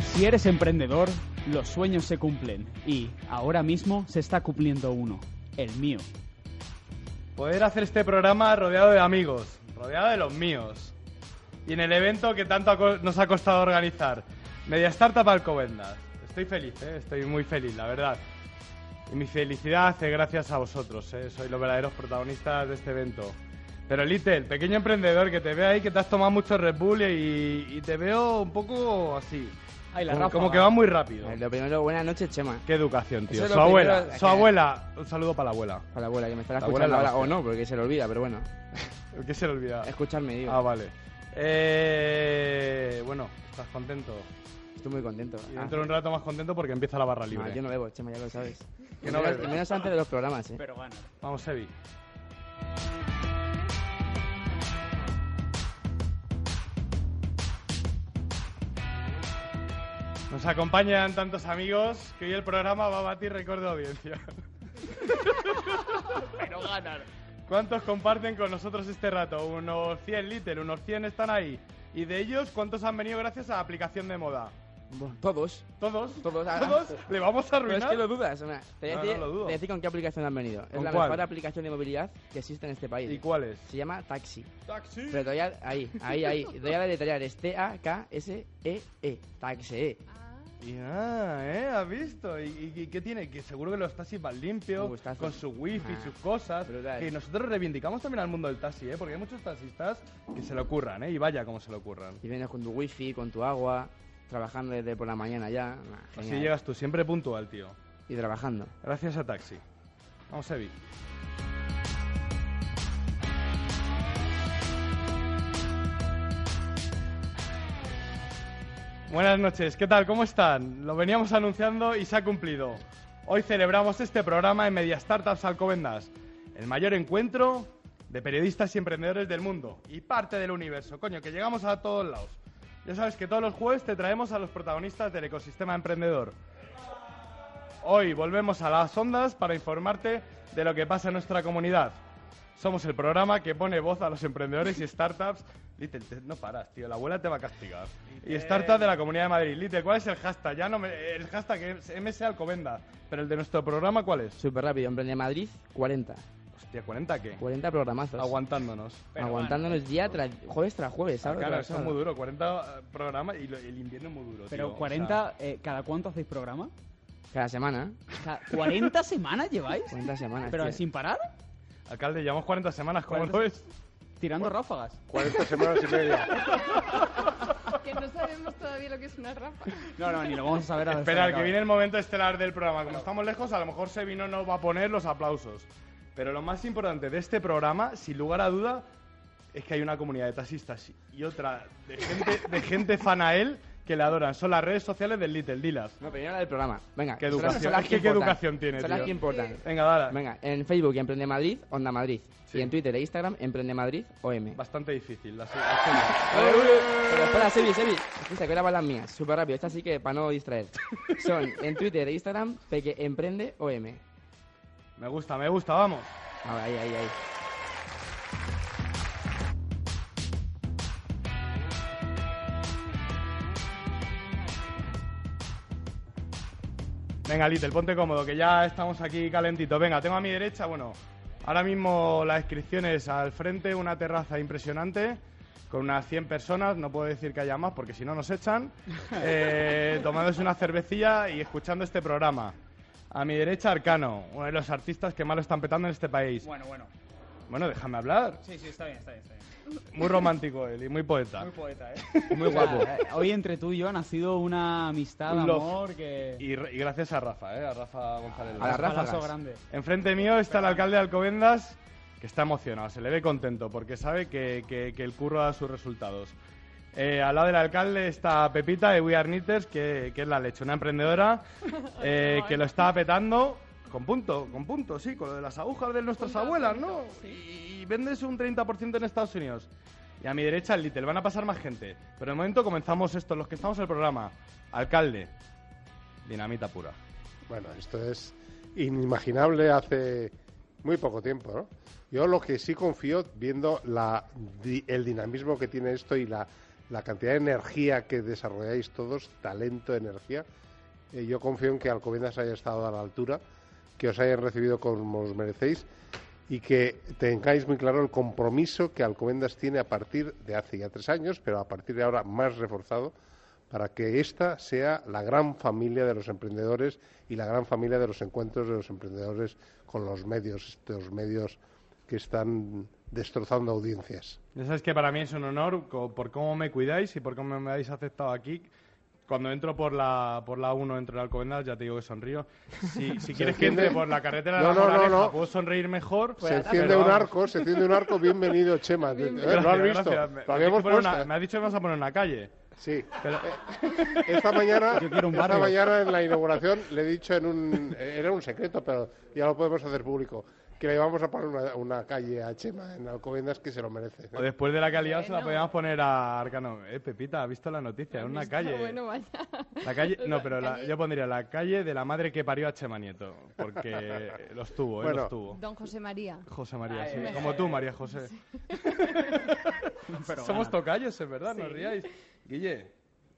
Si eres emprendedor, los sueños se cumplen y ahora mismo se está cumpliendo uno, el mío. Poder hacer este programa rodeado de amigos, rodeado de los míos. Y en el evento que tanto ha co- nos ha costado organizar, Media Startup Alcobendas. Estoy feliz, ¿eh? estoy muy feliz, la verdad. Y mi felicidad hace gracias a vosotros, ¿eh? sois los verdaderos protagonistas de este evento. Pero Lite, el pequeño emprendedor que te veo ahí, que te has tomado mucho Red Bull y, y te veo un poco así. Ay, la como, ráfaga. como que va muy rápido. Lo primero, buenas noches, Chema. Qué educación, tío. Eso es Su lo abuela, primero- su abuela. Un saludo para la abuela. Para la abuela, que me estará La abuela escuchando la ahora, o hostia. no, porque se le olvida, pero bueno, ¿Qué se le olvida? escucharme, digo. Ah, vale. Eh, bueno, estás contento. Estoy muy contento. Y Ah, dentro de un rato más contento porque empieza la barra no, libre. yo no bebo, Chema, ya lo sabes. Que no Y menos- bebes. y menos antes de los programas, eh. Pero gana. Vamos, Evi. Nos acompañan tantos amigos que hoy el programa va a batir récord de audiencia. Pero ganar. ¿Cuántos comparten con nosotros este rato? Unos 100 Little, unos 100 están ahí. Y de ellos, ¿cuántos han venido gracias a la aplicación de moda? Todos. ¿Todos? Todos, ah. ¿Todos? ¿Le vamos a Pero es arruinar? que lo dudas, o sea, te voy a No, decir, no lo dudo. te voy a decir con qué aplicación han venido. Es ¿Con la cuál? mejor aplicación de movilidad que existe en este país. ¿Y cuáles? Se llama Taxi. ¿Taxi? Pero todavía, ahí, ahí, ahí. Todavía la detallar es T-A-K-S-E-E. E Taxi. Ya, ¿eh? ¿Has visto? ¿Y, y- y qué tiene? Que seguro que los taxis van Un limpios, gustazo. con su wifi, Uh, Ah, sus cosas. brutal. Que nosotros reivindicamos también al mundo del taxi, ¿eh? Porque hay muchos taxistas que se lo curran, ¿eh? Y vaya como se lo curran. Y vienes con tu wifi, con tu agua, trabajando desde por la mañana ya. Nah, Así genial. llegas tú, siempre puntual, tío. Y trabajando. Gracias a Taxi. Vamos, Evi. Buenas noches, ¿qué tal? ¿Cómo están? Lo veníamos anunciando y se ha cumplido. Hoy celebramos este programa en Media Startups Alcobendas, el mayor encuentro de periodistas y emprendedores del mundo y parte del universo. Coño, que llegamos a todos lados. Ya sabes que todos los jueves te traemos a los protagonistas del ecosistema emprendedor. Hoy volvemos a las ondas para informarte de lo que pasa en nuestra comunidad. Somos el programa que pone voz a los emprendedores y startups. Little, te- no paras, tío, la abuela te va a castigar. Y startups de la Comunidad de Madrid. Little, ¿cuál es el hashtag? Ya no me- el hashtag es MS Alcobenda, pero el de nuestro programa, ¿cuál es? Súper rápido. Emprende Madrid, 40. Hostia, ¿40 qué? 40 programazos. Aguantándonos. Ah, aguantándonos día tras jueves tras jueves, ¿sabes? Claro, Tras eso es sábado. muy duro, 40 programas y lo- el invierno es muy duro. Pero tío, o 40, sea, eh, ¿cada cuánto hacéis programa? Cada semana. ¿eh? O sea, ¿40 semanas lleváis? 40 semanas. Pero tío. sin parar, alcalde, llevamos 40 semanas, ¿cómo 40 lo ves? tirando ráfagas. 40 semanas y media. Que no sabemos todavía lo que es una ráfaga. No, no, ni lo vamos a saber. hasta Esperar, que acabe. viene el momento estelar del programa. Como estamos lejos, a lo mejor Sevino no va a poner los aplausos. Pero lo más importante de este programa, sin lugar a duda, es que hay una comunidad de taxistas y otra de gente, de gente fan a él que le adoran. Son las redes sociales del Little Dilas. No, primero la del programa. Venga. Qué son las- educación. son las Es que qué importan. educación tiene, Son tío. las que importan. Venga, dala. Venga, en Facebook Emprende Madrid, Onda Madrid. Sí. Y en Twitter e Instagram, Emprende Madrid, OM. Bastante difícil. La se- Pero espera, Sebi, Sebi. Escucha, que ahora van las mías. Súper rápido. Esta sí que para no distraer. Son en Twitter e Instagram, Peque Emprende OM. Me gusta, me gusta, vamos. Ahora, ahí, ahí, ahí. Venga, Little, ponte cómodo, que ya estamos aquí calentitos. Venga, tengo a mi derecha, bueno, ahora mismo la descripción es al frente una terraza impresionante con unas 100 personas, no puedo decir que haya más porque si no nos echan, eh, tomándose una cervecilla y escuchando este programa. A mi derecha, Arcano, uno de los artistas que más lo están petando en este país. Bueno, bueno. Bueno, déjame hablar. Sí, sí, está bien, está bien, está bien. Muy romántico él y muy poeta. Muy poeta, ¿eh? Muy guapo. Hoy entre tú y yo ha nacido una amistad, Un love. amor, que... Y, re- y gracias a Rafa, ¿eh? a Rafa González. A la Lasso. Rafa. ráfagas. Palazo grande. Enfrente mío está el alcalde de Alcobendas, que está emocionado, se le ve contento, porque sabe que, que- que el curro da sus resultados. Eh, al lado del alcalde está Pepita de We Are Knitters, que, que es la leche, una emprendedora eh, que lo está petando con punto, con punto, sí, con lo de las agujas de nuestras Punto, abuelas, punto, ¿no? sí. Y, y vendes un 30% en Estados Unidos. Y a mi derecha el Little, van a pasar más gente. Pero de momento comenzamos esto, los que estamos en el programa. Alcalde, dinamita pura. Bueno, esto es inimaginable hace muy poco tiempo, ¿no? Yo lo que sí confío, viendo la, di- el dinamismo que tiene esto y la la cantidad de energía que desarrolláis todos, talento, energía. Eh, yo confío en que Alcobendas haya estado a la altura, que os hayan recibido como os merecéis y que tengáis muy claro el compromiso que Alcobendas tiene a partir de hace ya tres años, pero a partir de ahora más reforzado, para que esta sea la gran familia de los emprendedores y la gran familia de los encuentros de los emprendedores con los medios, estos medios que están destrozando audiencias. Ya sabes que para mí es un honor co- por cómo me cuidáis y por cómo me habéis aceptado aquí. Cuando entro por la por la 1, entro en Alcobendas, ya te digo que sonrío. Si, si quieres que enciende? entre por la carretera de No, la no, no, Moraleja, no. puedo sonreír mejor. se enciende Pues pero un vamos. arco, se enciende un arco, bienvenido Chema. Eh, Gracias, ¿Lo has visto? gracias. Me, Lo me tienes que habíamos poner una- puesto. me has dicho que vas a poner una calle. Sí. Eh, Pero- eh. Esta mañana, Yo quiero un esta barrio. mañana en la inauguración le he dicho en un... Era un secreto, pero ya lo podemos hacer público. Que le vamos a poner una, una calle a Chema en Alcobendas que se lo merece. o después de la calidad se la Bueno. podíamos poner a Arcano. Eh, Pepita, ¿has visto la noticia? En una Está calle. Bueno, vaya. La calle, no, La pero la- calle- yo pondría la calle de la madre que parió a Chema Nieto, porque los tuvo, ¿eh? Bueno. los tuvo. Don José María. José María, Ay, sí, me- como tú, María José. Pero Somos nada. tocayos, es verdad, no ríais. Guille,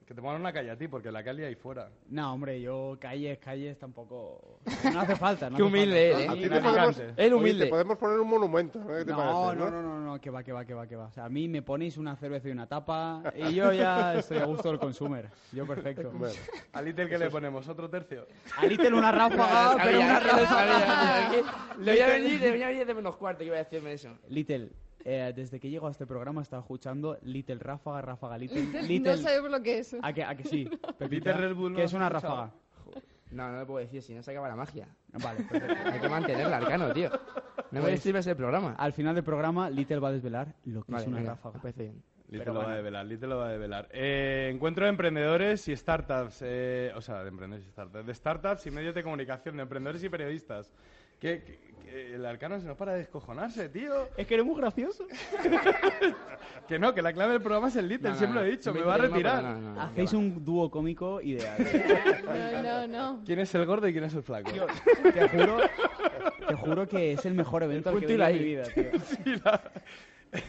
que te pongan una calle a ti, porque la calle ahí fuera. No, hombre, yo calles, calles tampoco. No hace falta, no Qué hace humilde falta. A eres, ti Y te podemos, Alicante. El oye, humilde. te podemos poner un monumento. ¿no? ¿Qué te No, parece, no, no, no, no, que va, que va, que va, que va. O sea, a mí me ponéis una cerveza y una tapa y yo ya estoy a gusto del consumer. Yo perfecto. Bueno, A Little que le ponemos otro tercio. Alitel una ráfaga, Sabía, pero una que lo ráfaga. sabía, es que Le voy a venir, le voy a venir de menos cuarto que iba a decirme eso. Little, eh, desde que llego a este programa he estado escuchando Little Ráfaga, Ráfaga Little. No sabemos lo que es. ¿A que, a que sí? Little Red Bull no Que lo es has una escuchado. ráfaga. No, no lo puedo decir, si no se acaba la magia. Vale, perfecto. Hay que mantenerla, Arcano, tío. No me Pues- destripes el programa. Al final del programa, Little va a desvelar lo que Vale, es una venga, pues, me ráfaga. parece bien. Little Pero lo va a bueno. develar, Little lo va a develar. Eh, encuentro de emprendedores y startups, eh, o sea, de emprendedores y startups, de startups y medios de comunicación, de emprendedores y periodistas. Que, que- que el arcano se nos para de descojonarse, tío. Es que eres muy gracioso. Que no, que la clave del programa es el Little, No, no, siempre no. lo he dicho, me Veinte va a que no, pero retirar. no, no, no, Hacéis que va. un dúo cómico ideal. No, no, no. ¿Quién es el gordo y quién es el flaco? Tío, te juro, te juro que es el mejor evento al que he punto y venido la en mi I. vida, tío. Y la-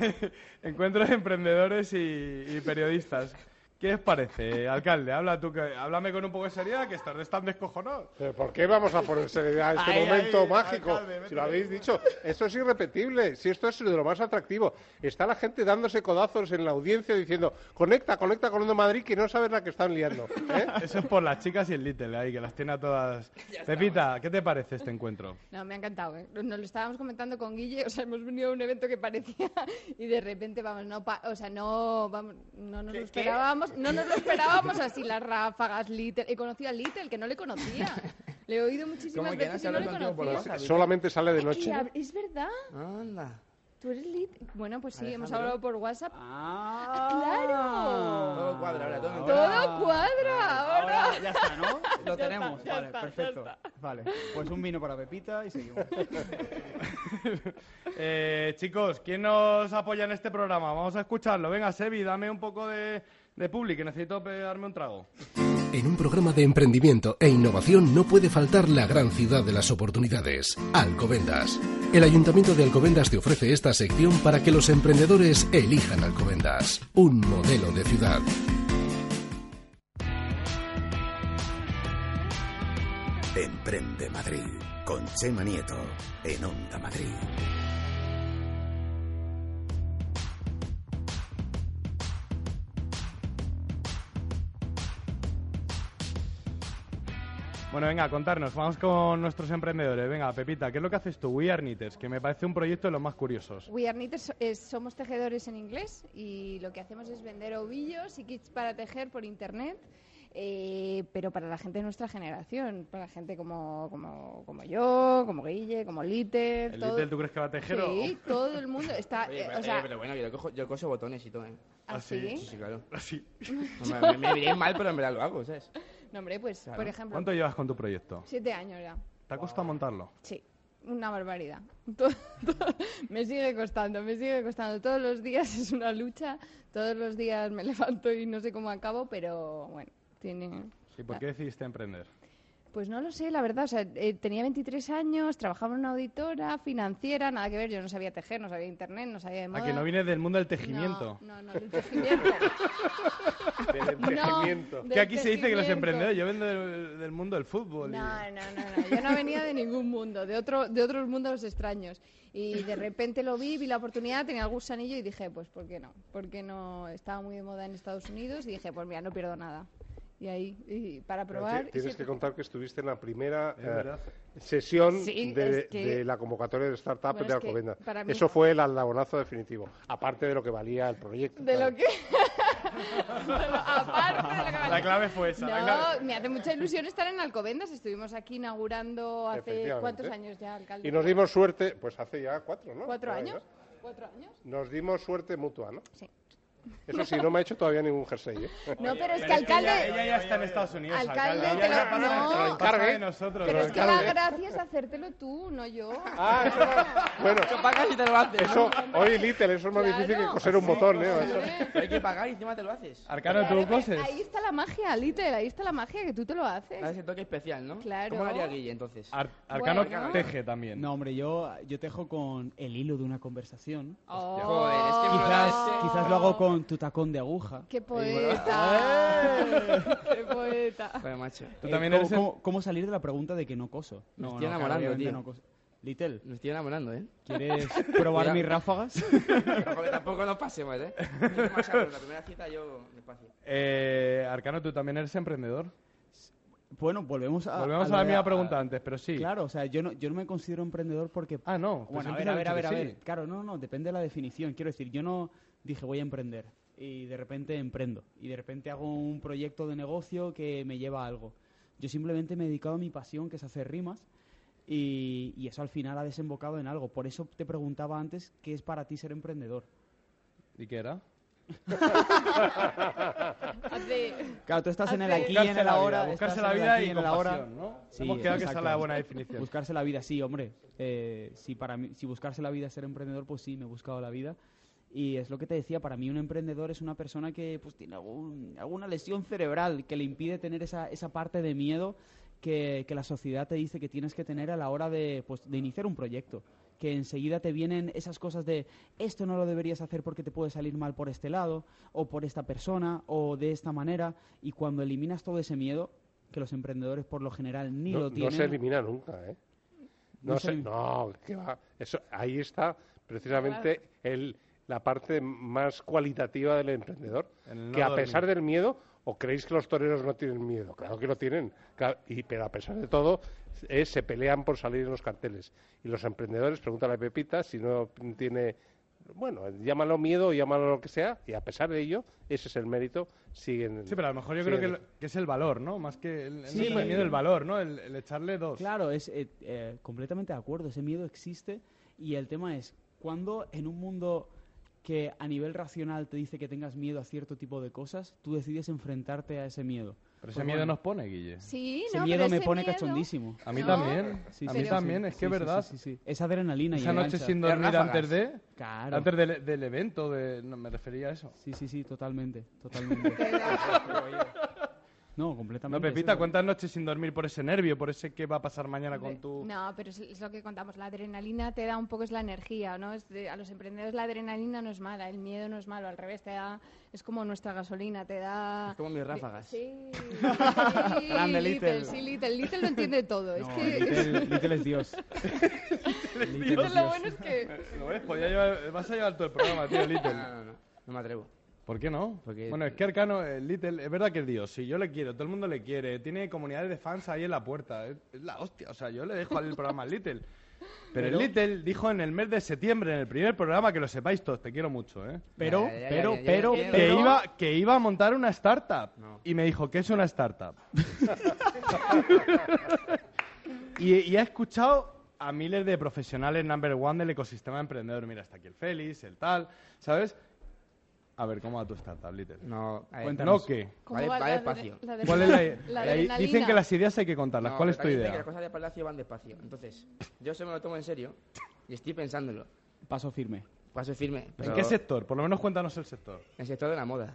Encuentro de emprendedores y, y periodistas. ¿Qué os parece, alcalde? Habla tú, que, háblame con un poco de seriedad, que estás tan descojonado. ¿Pero ¿por qué vamos a poner seriedad a este Ay, ay, momento mágico? alcalde, vete si lo de- habéis dicho, esto es irrepetible, si esto es de lo más atractivo. Está la gente dándose codazos en la audiencia diciendo, conecta, conecta con Onda Madrid que no sabes la que están liando. ¿eh? Eso es por las chicas y el Little, ahí, que las tiene a todas. Pepita, ¿qué te parece este encuentro? No, me ha encantado. ¿eh? Nos lo estábamos comentando con Guille, o sea, hemos venido a un evento que parecía y de repente, vamos, no, pa- o sea, no, vamos, no nos lo esperábamos, no nos lo esperábamos así las ráfagas, Little. He conocido a Little, que no le conocía. Le he oído muchísimas ¿Cómo que no? veces Se y no habla le contigo por conocía. WhatsApp. Solamente sale de noche. Y hab- Es verdad, Anda. tú eres Little. Bueno, pues sí, hemos Alejandro. hablado por WhatsApp. Ah, claro. Todo cuadra ahora, todo Todo cuadra ahora. Ya está, ¿no? Lo Ya tenemos. está, ya vale, está, ya perfecto. Vale, pues un vino para Pepita y seguimos. Eh, chicos, ¿quién nos apoya en este programa? Vamos a escucharlo. Venga, Sebi, dame un poco de, de publi, que necesito pegarme un trago. En un programa de emprendimiento e innovación no puede faltar la gran ciudad de las oportunidades, Alcobendas. El Ayuntamiento de Alcobendas te ofrece esta sección para que los emprendedores elijan Alcobendas, un modelo de ciudad. Emprende Madrid con Chema Nieto en Onda Madrid. Bueno, venga, contarnos. Vamos con nuestros emprendedores. Venga, Pepita, ¿qué es lo que haces tú? We Are Knitters, que me parece un proyecto de los más curiosos. We are knitters, so- es- somos tejedores en inglés y lo que hacemos es vender ovillos y kits para tejer por internet, eh, pero para la gente de nuestra generación, para gente como, como, como yo, como Guille, como Lite. ¿El todo- Little tú crees que va tejero? Sí, todo el mundo está. Oye, eh, pero, o sea, eh, pero bueno, yo, lo cojo, yo coso botones y todo, ¿eh? ¿Ah, así. Sí, sí, claro. Así. No, me, me, me diréis mal, pero en verdad lo hago, ¿sabes? No, hombre, pues, Claro. por ejemplo, ¿Cuánto llevas con tu proyecto? siete años ya. ¿Te ha costado montarlo? Sí, una barbaridad. Todo- todo- me sigue costando, me sigue costando. Todos los días es una lucha, todos los días me levanto y no sé cómo acabo, pero bueno, tiene... ¿Y por qué decidiste emprender? Pues no lo sé, la verdad. O sea, eh, tenía 23 años, trabajaba en una auditora financiera, nada que ver. Yo no sabía tejer, no sabía internet, no sabía de A moda. que no vienes del mundo del tejimiento. No, no, no, del tejimiento. Del entrenamiento. No, que del aquí se dice que los tejimiento. emprendedores, yo vengo del, del mundo del fútbol. y- No, no, no, no, Yo no venía de ningún mundo, de, otro, de otros mundos extraños. Y de repente lo vi, vi la oportunidad, tenía el gusanillo y dije, pues, ¿por qué no? Porque no estaba muy de moda en Estados Unidos y dije, pues mira, no pierdo nada. Y ahí, y para probar. y Tienes que siempre- contar que estuviste en la primera Es eh, verdad. sesión Sí, de, es que- de la convocatoria de Startup Bueno, de es que Alcobendas. para mí- Eso fue el aldabonazo definitivo, aparte de lo que valía el proyecto. De claro. lo que. Bueno, aparte de lo que La clave fue esa. la clave. No, me hace mucha ilusión estar en Alcobendas. Estuvimos aquí inaugurando hace Efectivamente. cuántos años ya, alcalde. Y nos dimos suerte, pues hace ya cuatro, ¿no? cuatro Por ahí, años. ¿no? ¿Cuatro años? Nos dimos suerte mutua, ¿no? Sí. Eso sí, no me ha hecho todavía ningún jersey. ¿eh? No, pero es Pero que es que alcalde. Ella, ella ya está en Estados Unidos. Alcalde, Ella te ya lo- pasa- no. te lo Pero pasa de es nosotros. Pero es que la Alcalde. gracia es hacértelo tú, no yo. Ah, eso no- Bueno, Eso pagas y te lo haces. eso, hoy Little, eso es más Claro. pues, difícil que coser un botón, ¿eh? Eso- Joder. Hay que pagar y encima te lo haces. Arcano, ¿tú coses? Ahí está la magia, Little, ahí está la magia que tú te lo Da haces. ese toque especial, ¿no? Claro. ¿Cómo lo haría Guille entonces? Ar- Arcano Bueno. teje también. No, hombre, yo, yo tejo con el hilo de una conversación. Oh, Joder, es que Quizás, Oh. quizás lo hago con tu tacón de aguja. ¡Qué ¡Eh! poeta! ¡Qué poeta! Joder, macho. Tú Eh, también ¿cómo, eres el- cómo- cómo salir de la pregunta de que no coso? Me No, estoy no, enamorando, obviamente tío. no coso. Little, Me estoy enamorando, ¿eh? ¿quieres probar Cuidado. mis ráfagas? Ojo que tampoco nos pasemos, ¿eh? Yo soy más chato, La primera cita yo despacio. Eh, Arcano, ¿tú también eres emprendedor? Bueno, volvemos a... Volvemos lo a la de- misma pregunta antes, pero sí. Claro, o sea, yo no, yo no me considero emprendedor porque... Ah, no. pues bueno, a ver, siempre a ver, has a ver, a dicho que ver. Claro, no, no, depende de la definición. Quiero decir, yo no dije voy a emprender y de repente emprendo y de repente hago un proyecto de negocio que me lleva a algo. Yo simplemente me he dedicado a mi pasión, que es hacer rimas, y, y eso al final ha desembocado en algo. Por eso te preguntaba antes qué es para ti ser emprendedor. sí. ¿Y qué era? Así. Claro, tú estás en el aquí, Buscarse en el la vida, ahora. buscarse estás la en el vida aquí, y en el ahora. compasión, ¿no? Sí, Hemos quedado que esa es exacto. la buena definición. Buscarse la vida, sí, hombre. Eh, si, para mí, si buscarse la vida es ser emprendedor, pues sí, me he buscado la vida. Y es lo que te decía, para mí un emprendedor es una persona que pues, tiene algún- alguna lesión cerebral que le impide tener esa, esa parte de miedo que, que la sociedad te dice que tienes que tener a la hora de, pues, de iniciar un proyecto. Que enseguida te vienen esas cosas de esto no lo deberías hacer porque te puede salir mal por este lado, o por esta persona, o de esta manera. Y cuando eliminas todo ese miedo, que los emprendedores por lo general ni no, lo no tienen. se elimina nunca, ¿eh? No, No se- se elim- no, que va. Eso, ahí está precisamente el, la parte más cualitativa del emprendedor, El no que a dormir. pesar del miedo, o creéis que los toreros no tienen miedo, claro que lo tienen, ca- y, pero a pesar de todo eh, se pelean por salir en los carteles. Y los emprendedores, preguntan a Pepita si no tiene, bueno, llámalo miedo, llámalo lo que sea, y a pesar de ello, ese es el mérito, siguen. Sí, pero a lo mejor yo siguen creo que, el- que es el valor, ¿no? Más que el, Sí. pues, no es el miedo, el valor, ¿no? El, el echarle dos. Claro, es eh, eh, completamente de acuerdo, ese miedo existe y el tema es, cuando en un mundo que a nivel racional te dice que tengas miedo a cierto tipo de cosas, tú decides enfrentarte a ese miedo? Pero ese Pues miedo bueno, nos pone, Guille. Sí, ese no, miedo pero me ese pone miedo- cachondísimo. A mí No. también. Sí, a sí, mí sí, también, sí, es sí, que es sí, verdad. sí, sí, sí. Es adrenalina. y Esa noche engancha. sin Y dormir ráfagas. antes de... Claro. Antes del, del evento, de, no, me refería a eso. Sí, sí, sí, totalmente, totalmente. no, completamente. No, Pepita, eso- ¿cuántas noches sin dormir por ese nervio, por ese qué va a pasar mañana con tu... No, pero es, es lo que contamos. La adrenalina te da un poco es la energía, ¿no? Es de- a los emprendedores la adrenalina no es mala, el miedo no es malo, al revés, te da, es como nuestra gasolina, te da... Es como mis ráfagas. Ah. Sí, sí, Grande, Little. Sí, Little. Little lo entiende todo. es No, que... Little, Little es Dios. Little Little, es lo Dios. bueno es que... ¿Lo ves? Podía llevar- vas a llevar todo el programa, tío, No, Little. no, no. No me atrevo. ¿Por qué no? Porque- Bueno, es que Arcano, eh, Little, es verdad que es Dios. Si yo le quiero, todo el mundo le quiere. Tiene comunidades de fans ahí en la puerta. Es, es la hostia. O sea, yo le dejo al programa al Little. Pero, el Little dijo en el mes de septiembre, en el primer programa, que lo sepáis todos, te quiero mucho, ¿eh? Pero, Ya, ya, ya, pero, ya, ya, ya, pero, ya, ya. Que pero... iba, que iba a montar una startup. No. Y me dijo, ¿qué es una startup? y, y ha escuchado a miles de profesionales number one del ecosistema emprendedor. Mira, está aquí el Félix, el tal, ¿sabes? A ver, ¿cómo va tu startup, Little? No, a ver, Cuéntanos. No, ¿qué? ¿Cómo Vale, va vale, la adre- espacio. la ¿Cuál es adrenalina? la, la- adrenalina. dicen que las ideas hay que contarlas. No, ¿Cuál pero es tu también dicen que idea? Las cosas de palacio van despacio. Entonces, yo se me lo tomo en serio y estoy pensándolo. Paso firme. Paso firme. ¿En pero qué sector? Por lo menos cuéntanos el sector. En el sector de la moda.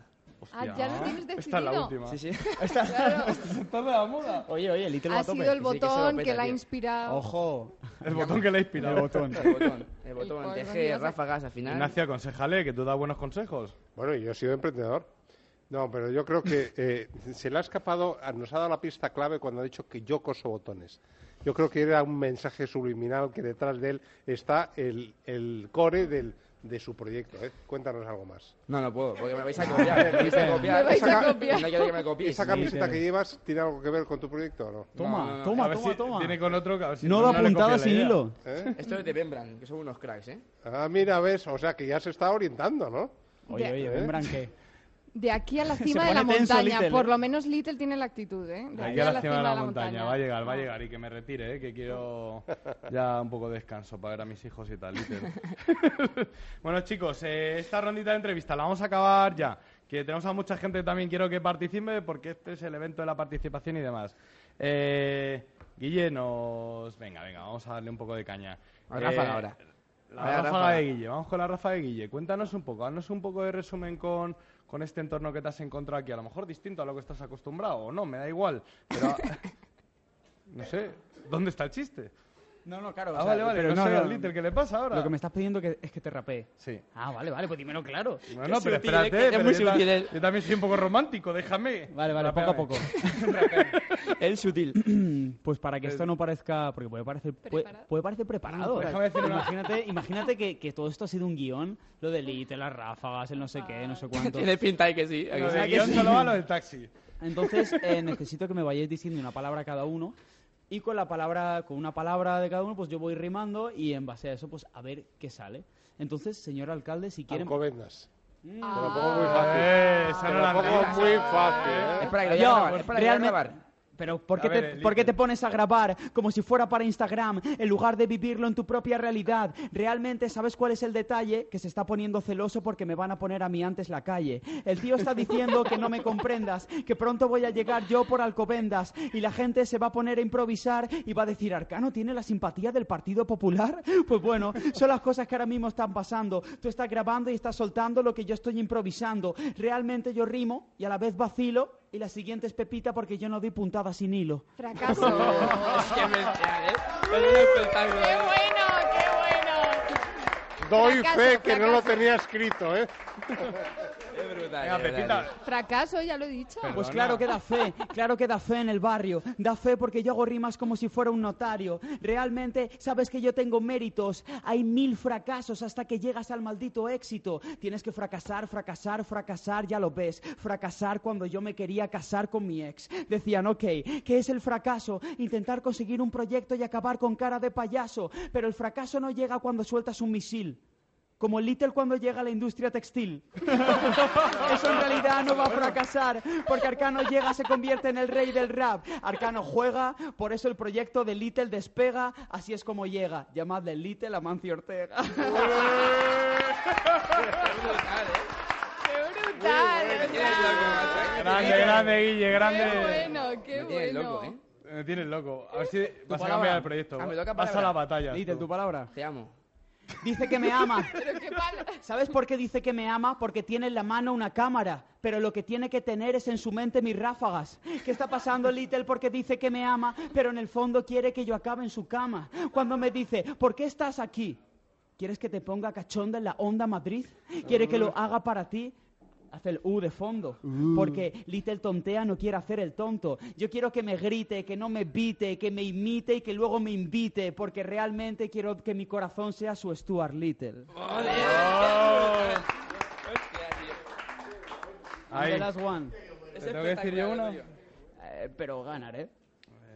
Ah, ya lo tienes Esta es la decidido. última. Sí, sí. Claro. Esta es la moda. Oye, oye, Little va Ha a tope. sido el que se lo botón que, peta, la ha tío. inspirado. Ojo, El botón que le ha inspirado. el botón. El botón, el botón, polvo, teje Dios. ráfagas al final. Ignacio, aconsejale que tú das buenos consejos. Bueno, yo he sido emprendedor. No, pero yo creo que eh, se le ha escapado, a- nos ha dado la pista clave cuando ha dicho que yo coso botones. Yo creo que era un mensaje subliminal que detrás de él está el, el core del, de su proyecto. ¿eh? Cuéntanos algo más. No, no puedo, porque me vais a copiar. Me vais a copiar. Me vais a Esa- copiar. No quiero que me copiéis. ¿Esa camiseta que llevas tiene algo que ver con tu proyecto o no? Toma, No, no, toma, a ver toma, si toma. Tiene con otro que a ver si No lo le copia apuntaba la sin idea. hilo. ¿Eh? Esto es de Bembran, que son unos cracks, ¿eh? Ah, mira, ves, o sea que ya se está orientando, ¿no? Oye, Ya. oye, ¿Eh? Bembran, ¿qué? De aquí a la Se cima de pone la tenso montaña. Little, Por ¿eh? lo menos Little tiene la actitud, ¿eh? De Aquí a la cima de la montaña. Ah. va a llegar, va a llegar y que me retire, ¿eh? que quiero ya un poco de descanso para ver a mis hijos y tal. literal. bueno, chicos, eh, esta rondita de entrevista la vamos a acabar ya. Que tenemos a mucha gente que también quiero que participe porque este es el evento de la participación y demás. Eh, Guille, nos. Venga, venga, vamos a darle un poco de caña. Eh, A ráfaga ahora. La Vaya ráfaga, ráfaga. de Guille, vamos con la ráfaga de Guille. Cuéntanos un poco, haznos un poco de resumen con, con este entorno que te has encontrado aquí. A lo mejor distinto a lo que estás acostumbrado o no, me da igual. Pero. no sé, ¿dónde está el chiste? No, no, claro. Ah, vale, vale, no, sé al Little, ¿qué le pasa ahora? Lo que me estás pidiendo que- es que te rapee. Sí. Ah, vale, vale, pues dímelo claro. No, no, sutil, pero eh, espérate, que es pero muy yo, ta- sutil el- yo también soy un poco romántico, déjame. Vale, vale, poco a Rapeame. poco. El sutil. Pues para que esto no parezca, porque puede parecer puede, ¿Preparado? puede parecer preparado. Déjame decir una- imagínate, imagínate que, que todo esto ha sido un guión, lo del Little, las ráfagas, el no sé qué, no sé cuánto. Tiene pinta de que sí. ¿a que Lo sí? de guión solo va lo del taxi. Entonces eh, necesito que me vayáis diciendo una palabra cada uno y con la palabra, con una palabra de cada uno, pues yo voy rimando y en base a eso, pues a ver qué sale. Entonces, señor alcalde, si quieren, Mm. Alcobendas. Te lo Ah. pongo muy fácil. Eh, esa Te no lo la pongo rima. muy fácil, ¿eh? Espera, que lo voy a Yo, grabar. Espera, que lo voy a realmente- grabar. Pero ¿por A qué, ver, te, el ¿por qué libro. te pones a grabar como si fuera para Instagram en lugar de vivirlo en tu propia realidad? Realmente, ¿sabes cuál es el detalle? Que se está poniendo celoso porque me van a poner a mí antes la calle. El tío está diciendo que no me comprendas, que pronto voy a llegar yo por Alcobendas y la gente se va a poner a improvisar y va a decir, Arcano tiene la simpatía del Partido Popular. Pues bueno, son las cosas que ahora mismo están pasando. Tú estás grabando y estás soltando lo que yo estoy improvisando. Realmente yo rimo y a la vez vacilo y la siguiente es Pepita porque yo no doy puntada sin hilo. Fracaso. Es que me ¿eh? Es un espectáculo. ¡Qué bueno, qué bueno! Doy Fracaso, fe que no lo fracaso. tenía escrito, ¿eh? Es brutal. Venga, de verdad, Pepita, tío. Fracaso, ya lo he dicho. Pero- Pues Perdona. claro que da fe, claro que da fe en el barrio, da fe porque yo hago rimas como si fuera un notario. Realmente sabes que yo tengo méritos, hay mil fracasos hasta que llegas al maldito éxito. Tienes que fracasar, fracasar, fracasar, ya lo ves. Fracasar cuando yo me quería casar con mi ex. Decían, ok, ¿qué es el fracaso? Intentar conseguir un proyecto y acabar con cara de payaso. Pero el fracaso no llega cuando sueltas un misil. Como Little cuando llega a la industria textil. Eso en realidad no va a fracasar, porque Arcano llega, se convierte en el rey del rap. Arcano juega, por eso el proyecto de Little despega, así es como llega. Llamadle Little a Mancio Ortega. ¡Qué brutal! Tiene el loco, macho, ¿eh? grande, grande, Guille, grande. ¡Qué bueno, qué Me tiene bueno! loco, ¿eh? Me tienes loco. A ver si vas a palabra. cambiar el proyecto. Ah, me toca vas a palabra. la batalla. Little, tú. tu palabra. Te amo. Dice que me ama. Pero qué pal- ¿Sabes por qué dice que me ama? Porque tiene en la mano una cámara, pero lo que tiene que tener es en su mente mis ráfagas. ¿Qué está pasando, Little? Porque dice que me ama, pero en el fondo quiere que yo acabe en su cama. Cuando me dice, ¿por qué estás aquí? ¿Quieres que te ponga cachonda en la onda Madrid? ¿Quiere que lo haga para ti? Hace el U de fondo. Porque Little Tontea no quiere hacer el tonto. Yo quiero que me grite, que no me vite, que me imite y que luego me invite. Porque realmente quiero que mi corazón sea su Stuart Little. Oh. Ahí. The last one. Es ¿Te tengo que decir yo espectacular, una? Eh, pero ganaré.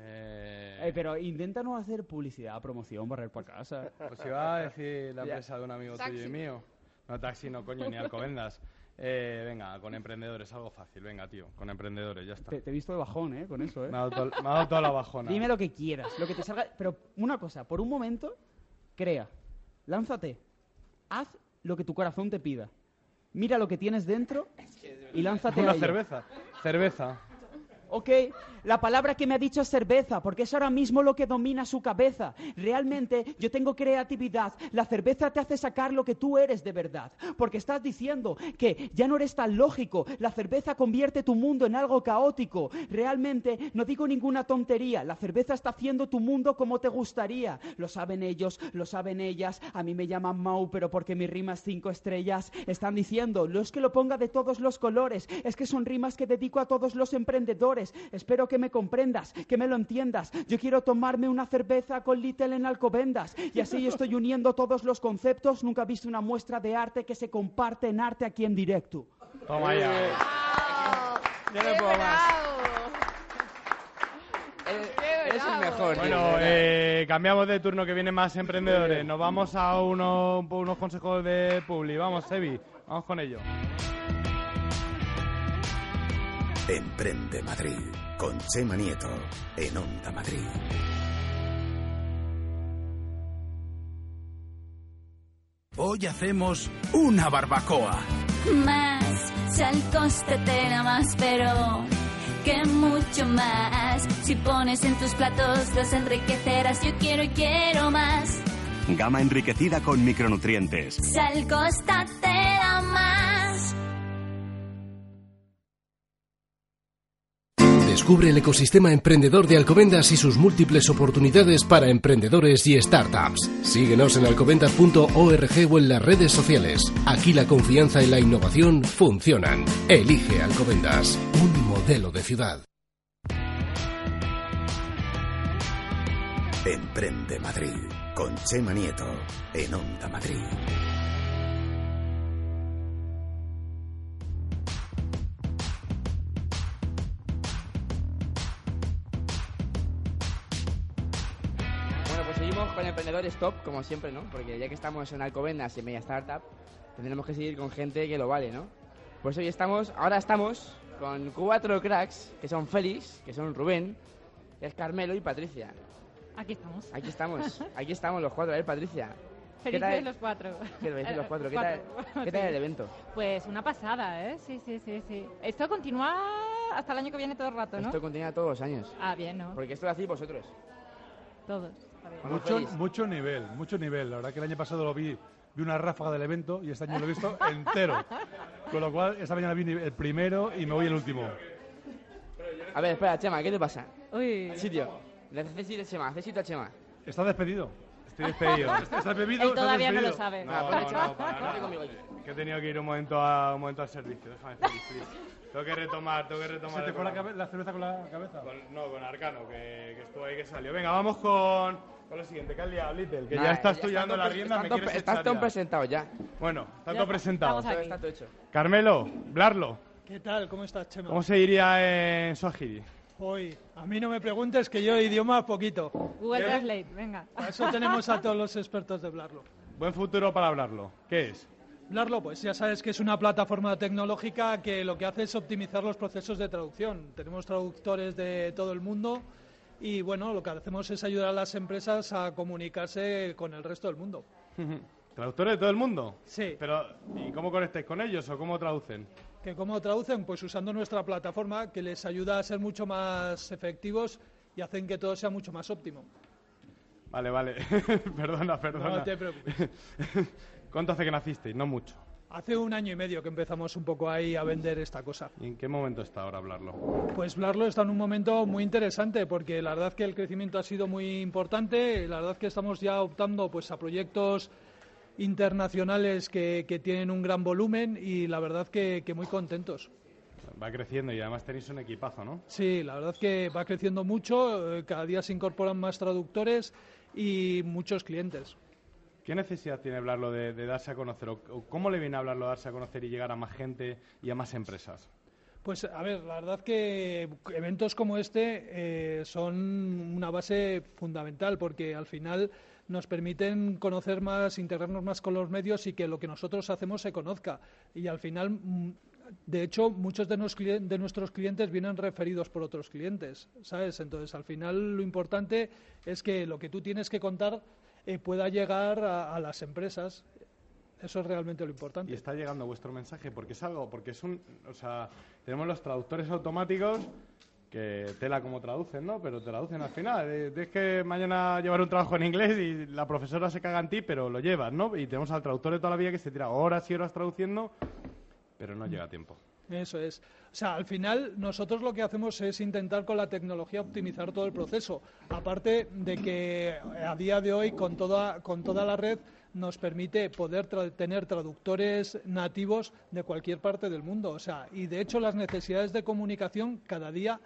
Eh, Eh, pero intenta no hacer publicidad, promoción, barrer para casa. Pues iba a decir la empresa de un amigo tuyo y Taxi. mío. No, taxi, no, coño, ni alcobendas. Eh, venga, con emprendedores, algo fácil. Venga, tío, con emprendedores, ya está. Te, te he visto de bajón, ¿eh? Con eso, ¿eh? Me ha dado, to- me ha dado toda la bajona. Dime lo que quieras, lo que te salga. Pero una cosa, por un momento, crea, lánzate, haz lo que tu corazón te pida. Mira lo que tienes dentro y lánzate a Una ello. cerveza. Cerveza. ¿ok? La palabra que me ha dicho es cerveza, porque es ahora mismo lo que domina su cabeza. Realmente yo tengo creatividad. La cerveza te hace sacar lo que tú eres de verdad, porque estás diciendo que ya no eres tan lógico. La cerveza convierte tu mundo en algo caótico. Realmente no digo ninguna tontería. La cerveza está haciendo tu mundo como te gustaría. Lo saben ellos, lo saben ellas. A mí me llaman Mau, pero porque mi rima es cinco estrellas. Están diciendo, no es que lo ponga de todos los colores, es que son rimas que dedico a todos los emprendedores. Espero que me comprendas, que me lo entiendas. Yo quiero tomarme una cerveza con Little en Alcobendas. Y así estoy uniendo todos los conceptos. Nunca he visto una muestra de arte que se comparte en arte aquí en directo. Toma Eh, ya. Yo no ¡Qué puedo más. bravo! Eres- Qué eres Eh, el bravo. mejor. tío, de Bueno, verdad. eh, cambiamos de turno que vienen más emprendedores. Nos vamos a uno- unos consejos de Publi. Vamos, Sebi, vamos con ello. Emprende Madrid con Chema Nieto en Onda Madrid. Hoy hacemos una barbacoa. más, sal costatera más, pero que mucho más. Si pones en tus platos los enriquecerás, yo quiero y quiero más. Gama enriquecida con micronutrientes. Sal costatera más. Descubre el ecosistema emprendedor de Alcobendas y sus múltiples oportunidades para emprendedores y startups. Síguenos en alcobendas.org o en las redes sociales. Aquí la confianza y la innovación funcionan. Elige Alcobendas, un modelo de ciudad. Emprende Madrid con Chema Nieto en Onda Madrid. Bueno, pues seguimos con emprendedores top, como siempre, ¿no? Porque ya que estamos en Alcobendas y en Media Startup, tendremos que seguir con gente que lo vale, ¿no? Pues hoy estamos, ahora estamos con cuatro cracks, que son Félix, que son Rubén, es Carmelo y Patricia. Aquí estamos. Aquí estamos, aquí estamos los cuatro, ¿eh, Patricia? Felices tal? los cuatro. ¿Qué tal los cuatro? ¿Qué tal, Cuatro. qué tal el evento? Pues una pasada, ¿eh? Sí, sí, sí, sí. Esto continúa hasta el año que viene todo el rato, ¿no? Esto continúa todos los años, Ah, bien, ¿no? porque esto lo hacéis vosotros. Todos. Está bien. Vamos, Mucho, Félix. mucho nivel, mucho nivel. La verdad que el año pasado lo vi, vi una ráfaga del evento y este año lo he visto entero. Con lo cual, esta mañana vi el primero y me voy el último. A ver, espera, Chema, ¿qué te pasa? Uy. Sitio. Necesito a Chema, necesito a Chema. Está despedido. Estoy despedido. Está bebido, Él está todavía no lo despedido. sabe. Ah, No, no, no, para Ponte nada. pues conmigo aquí. Que he tenido que ir un momento, a, un momento al servicio. Déjame feliz, feliz. Tengo que retomar, tengo que retomar. ¿Se te fue la, retomar. cabe- la cerveza con la cabeza? Con- no, con Arcano, que, que estuvo ahí que salió. Venga, vamos con, con lo siguiente, que has liado, Little, que Nada, ya estás tú están llevando todo la pre- rienda, están me todo- quieres Estás echar todo ya. presentado ya. Bueno, está Ya todo está, presentado. estamos aquí. Todo está todo hecho. Carmelo, Blarlo, ¿Qué tal? ¿Cómo estás, Chema? ¿cómo se iría en Swahili? Hoy, a mí no me preguntes que yo idioma poquito. Google Translate, venga. eso tenemos a todos los expertos de hablarlo. Buen futuro para hablarlo. ¿Qué es? Hablarlo, pues ya sabes que es una plataforma tecnológica que lo que hace es optimizar los procesos de traducción. Tenemos traductores de todo el mundo y bueno, lo que hacemos es ayudar a las empresas a comunicarse con el resto del mundo. ¿Traductores de todo el mundo? Sí. Pero, ¿y cómo conectáis con ellos o cómo traducen? ¿Que ¿Cómo traducen? Pues usando nuestra plataforma que les ayuda a ser mucho más efectivos y hacen que todo sea mucho más óptimo. Vale, vale. perdona, perdona. No te preocupes. ¿Cuánto hace que nacisteis? No mucho. Hace un año y medio que empezamos un poco ahí a vender esta cosa. ¿Y en qué momento está ahora hablarlo? Pues Blarlo está en un momento muy interesante porque la verdad que el crecimiento ha sido muy importante, la verdad que estamos ya optando pues a proyectos internacionales que, que tienen un gran volumen y la verdad que, que muy contentos. Va creciendo y además tenéis un equipazo, ¿no? Sí, la verdad que va creciendo mucho, eh, cada día se incorporan más traductores y muchos clientes. ¿Qué necesidad tiene hablarlo de, de darse a conocer? ¿O, o cómo le viene a hablarlo darse a conocer y llegar a más gente y a más empresas? Pues a ver, la verdad que eventos como este eh, son una base fundamental porque al final nos permiten conocer más, integrarnos más con los medios y que lo que nosotros hacemos se conozca. Y al final, mm, de hecho, muchos de, nos clien- de nuestros clientes vienen referidos por otros clientes, ¿sabes? Entonces, al final lo importante es que lo que tú tienes que contar eh, pueda llegar a, a las empresas. Eso es realmente lo importante. Y está llegando vuestro mensaje, porque es algo, porque es un. O sea, tenemos los traductores automáticos que tela como traducen, ¿no? Pero traducen al final. Eh, Tienes que mañana llevar un trabajo en inglés y la profesora se caga en ti, pero lo llevas, ¿no? Y tenemos al traductor de toda la vida que se tira horas y horas traduciendo, pero no llega a tiempo. Eso es. O sea, al final nosotros lo que hacemos es intentar con la tecnología optimizar todo el proceso. Aparte de que eh, a día de hoy con toda, con toda la red nos permite poder tra- tener traductores nativos de cualquier parte del mundo. O sea, y de hecho las necesidades de comunicación cada día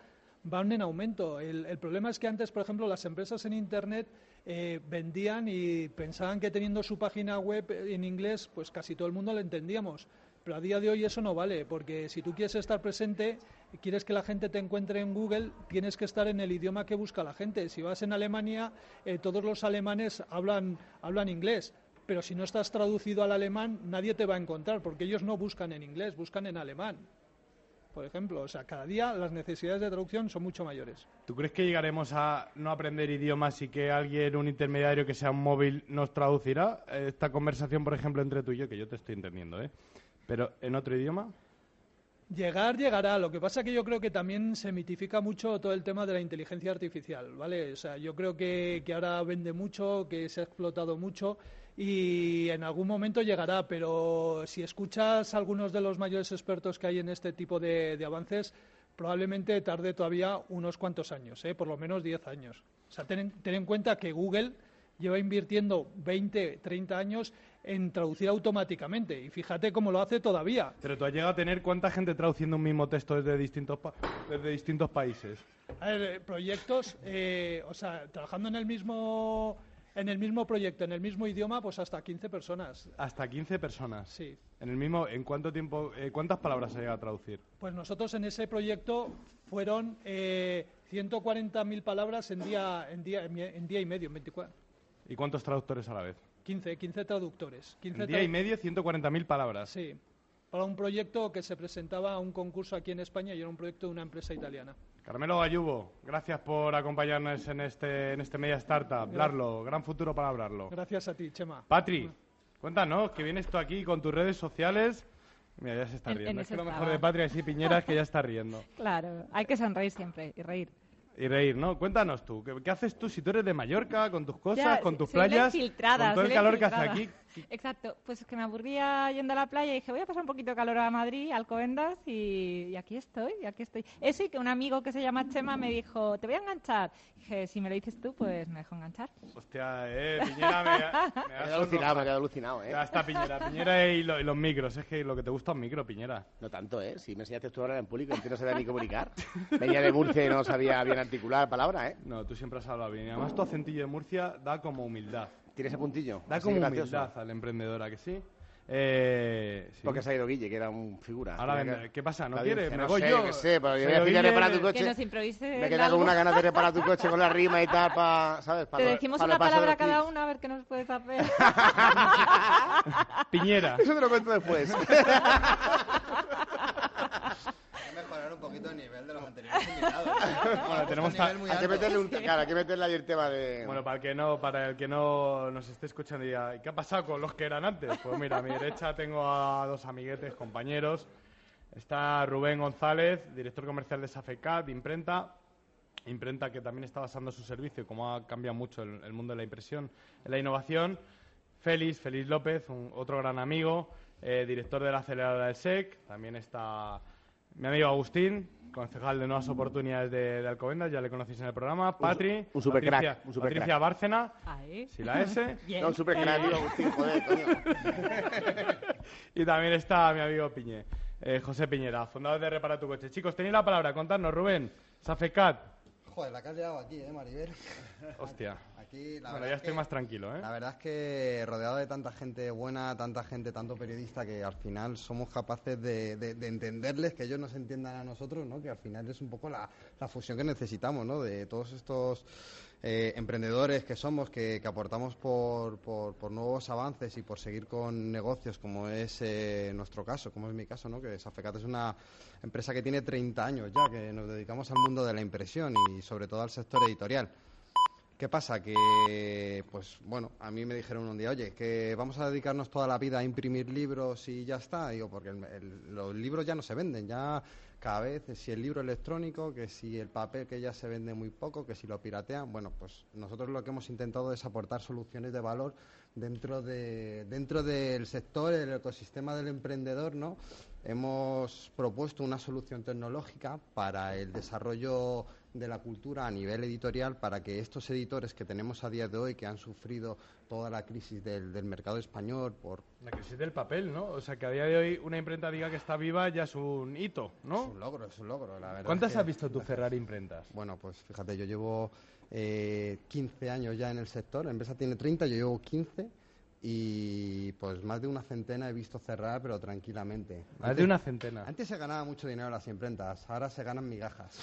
van en aumento. El, el problema es que antes, por ejemplo, las empresas en Internet eh, vendían y pensaban que teniendo su página web en inglés, pues casi todo el mundo lo entendíamos. Pero a día de hoy eso no vale, porque si tú quieres estar presente, y quieres que la gente te encuentre en Google, tienes que estar en el idioma que busca la gente. Si vas en Alemania, eh, todos los alemanes hablan, hablan inglés. Pero si no estás traducido al alemán, nadie te va a encontrar, porque ellos no buscan en inglés, buscan en alemán. Por ejemplo, o sea, cada día las necesidades de traducción son mucho mayores. ¿Tú crees que llegaremos a no aprender idiomas y que alguien, un intermediario que sea un móvil, nos traducirá eh, esta conversación, por ejemplo, entre tú y yo, que yo te estoy entendiendo, ¿eh? Pero en otro idioma. Llegar, llegará. Lo que pasa que yo creo que también se mitifica mucho todo el tema de la inteligencia artificial, ¿vale? O sea, yo creo que, que ahora vende mucho, que se ha explotado mucho y en algún momento llegará, pero si escuchas a algunos de los mayores expertos que hay en este tipo de, de avances, probablemente tarde todavía unos cuantos años, ¿eh? por lo menos 10 años. O sea, ten, en- ten en cuenta que Google lleva invirtiendo 20, 30 años en traducir automáticamente y fíjate cómo lo hace todavía. Pero tú has llegado a tener cuánta gente traduciendo un mismo texto desde distintos, pa- desde distintos países. A ver, eh, proyectos, eh, o sea, trabajando en el mismo en el mismo proyecto, en el mismo idioma, pues hasta 15 personas. Hasta 15 personas. Sí. En el mismo, ¿en cuánto tiempo, eh, cuántas palabras se llega a traducir? Pues nosotros en ese proyecto fueron eh, 140.000 palabras en día en día en, en día y medio, en 24, ¿Y cuántos traductores a la vez? 15, 15 traductores, 15 En día y tradu- medio, 140.000 palabras. Sí. Para un proyecto que se presentaba a un concurso aquí en España y era un proyecto de una empresa italiana. Carmelo Gallubo, gracias por acompañarnos en este, en este Media Startup. Hablarlo, gran futuro para hablarlo. Gracias a ti, Chema. Patri, cuéntanos que vienes tú aquí con tus redes sociales. Mira, ya se está En- riendo. en es que lo eso mejor estaba. de Patri así Piñera es que ya está riendo. Claro, hay que sonreír siempre y reír. Y reír, ¿no? Cuéntanos tú, ¿qué, qué haces tú si tú eres de Mallorca, con tus cosas, Ya, con tus soy una playas, infiltrada, con todo el soy una calor que hace aquí? infiltrada. Exacto, pues es que me aburría yendo a la playa y dije, voy a pasar un poquito de calor a Madrid, a Alcobendas, y, y aquí estoy, y aquí estoy. Eso y que un amigo que se llama Chema me dijo, te voy a enganchar. dije, si me lo dices tú, pues me dejo enganchar. Hostia, eh, Piñera me, ha- me Me he ha quedado alucinado, me he sonrojado. quedado alucinado, ¿eh? Ya está, Piñera, Piñera y, lo- y los micros, es que lo que te gusta es un micro, Piñera. No tanto, ¿eh? Si me enseñaste tú ahora en público, en ti no sabía ni comunicar. Venía de Murcia y no sabía bien articular palabra, ¿eh? No, tú siempre has hablado bien. Y además tu acentillo de Murcia da como humildad. ¿Tiene ese puntillo? Da Así como gracioso. humildad al emprendedor, ¿a que sí? Eh, sí. Porque se ha ido Guille, que era un figura. Ahora Tenía vendrá. ¿Qué pasa? ¿No La quiere? audiencia, ¿Me no voy sé, yo? que sé, pero yo Se voy a lo decir que dije- repara tu coche. Que nos improvise Me he quedado con algo. una ganas de reparar tu coche con la rima y tal, para, ¿sabes? Pa Te lo- decimos pa lo una paso de palabra los cada tics. una a ver qué nos puedes hacer. eh. Piñera. Eso te lo cuento después. mejorar un poquito el nivel de los anteriores invitados. Bueno, tenemos a- Hay que meterle un... Claro, hay que meterle ahí el tema de... Bueno, para el que no, para el que no nos esté escuchando y diga, ¿qué ha pasado con los que eran antes? Pues mira, a mi derecha tengo a dos amiguetes, compañeros. Está Rubén González, director comercial de Safecat, de imprenta. Imprenta que también está basando su servicio, y como ha cambiado mucho el, el mundo de la impresión, en la innovación. Félix, Félix López, un- otro gran amigo, eh, director de la aceleradora del SEC. También está mi amigo Agustín, concejal de Nuevas Oportunidades de, de Alcobendas, ya le conocéis en el programa. Patri, un supercrack, Patricia, un supercrack. Patricia Bárcena, Ahí. si la S. No, un supercrack, digo, Agustín, joder, coño. Y también está mi amigo Piñe, eh, José Piñera, fundador de Repara tu Coche. Chicos, tenéis la palabra, contadnos, Rubén, Safecat. Joder, la que has liado aquí, ¿eh, Maribel? Hostia. Aquí, bueno, la verdad ya es estoy que- más tranquilo, ¿eh? La verdad es que rodeado de tanta gente buena, tanta gente, tanto periodista, que al final somos capaces de, de- de entenderles, que ellos nos entiendan a nosotros, ¿no? Que al final es un poco la, la fusión que necesitamos, ¿no? De todos estos eh, emprendedores que somos, que, que aportamos por, por- por nuevos avances y por seguir con negocios, como es eh, nuestro caso, como es mi caso, ¿no? Que Safecat es una empresa que tiene 30 años ya, que nos dedicamos al mundo de la impresión y sobre todo al sector editorial. ¿Qué pasa? Que, pues bueno, a mí me dijeron un día, oye, que vamos a dedicarnos toda la vida a imprimir libros y ya está. Digo, porque el- el- los libros ya no se venden, ya cada vez, si el libro electrónico, que si el papel que ya se vende muy poco, que si lo piratean. Bueno, pues nosotros lo que hemos intentado es aportar soluciones de valor dentro, de, dentro del sector, el ecosistema del emprendedor, ¿no? Hemos propuesto una solución tecnológica para el desarrollo de la cultura a nivel editorial para que estos editores que tenemos a día de hoy, que han sufrido toda la crisis del, del mercado español por La crisis del papel, ¿no? O sea, que a día de hoy una imprenta diga que está viva ya es un hito, ¿no? Es un logro, es un logro, la verdad. ¿Cuántas es que- has visto tú Ferrari imprentas? Bueno, pues fíjate, yo llevo eh, 15 años ya en el sector, la empresa tiene 30, yo llevo 15 y pues más de una centena he visto cerrar, pero tranquilamente. Más de una centena. Antes se ganaba mucho dinero en las imprentas, ahora se ganan migajas.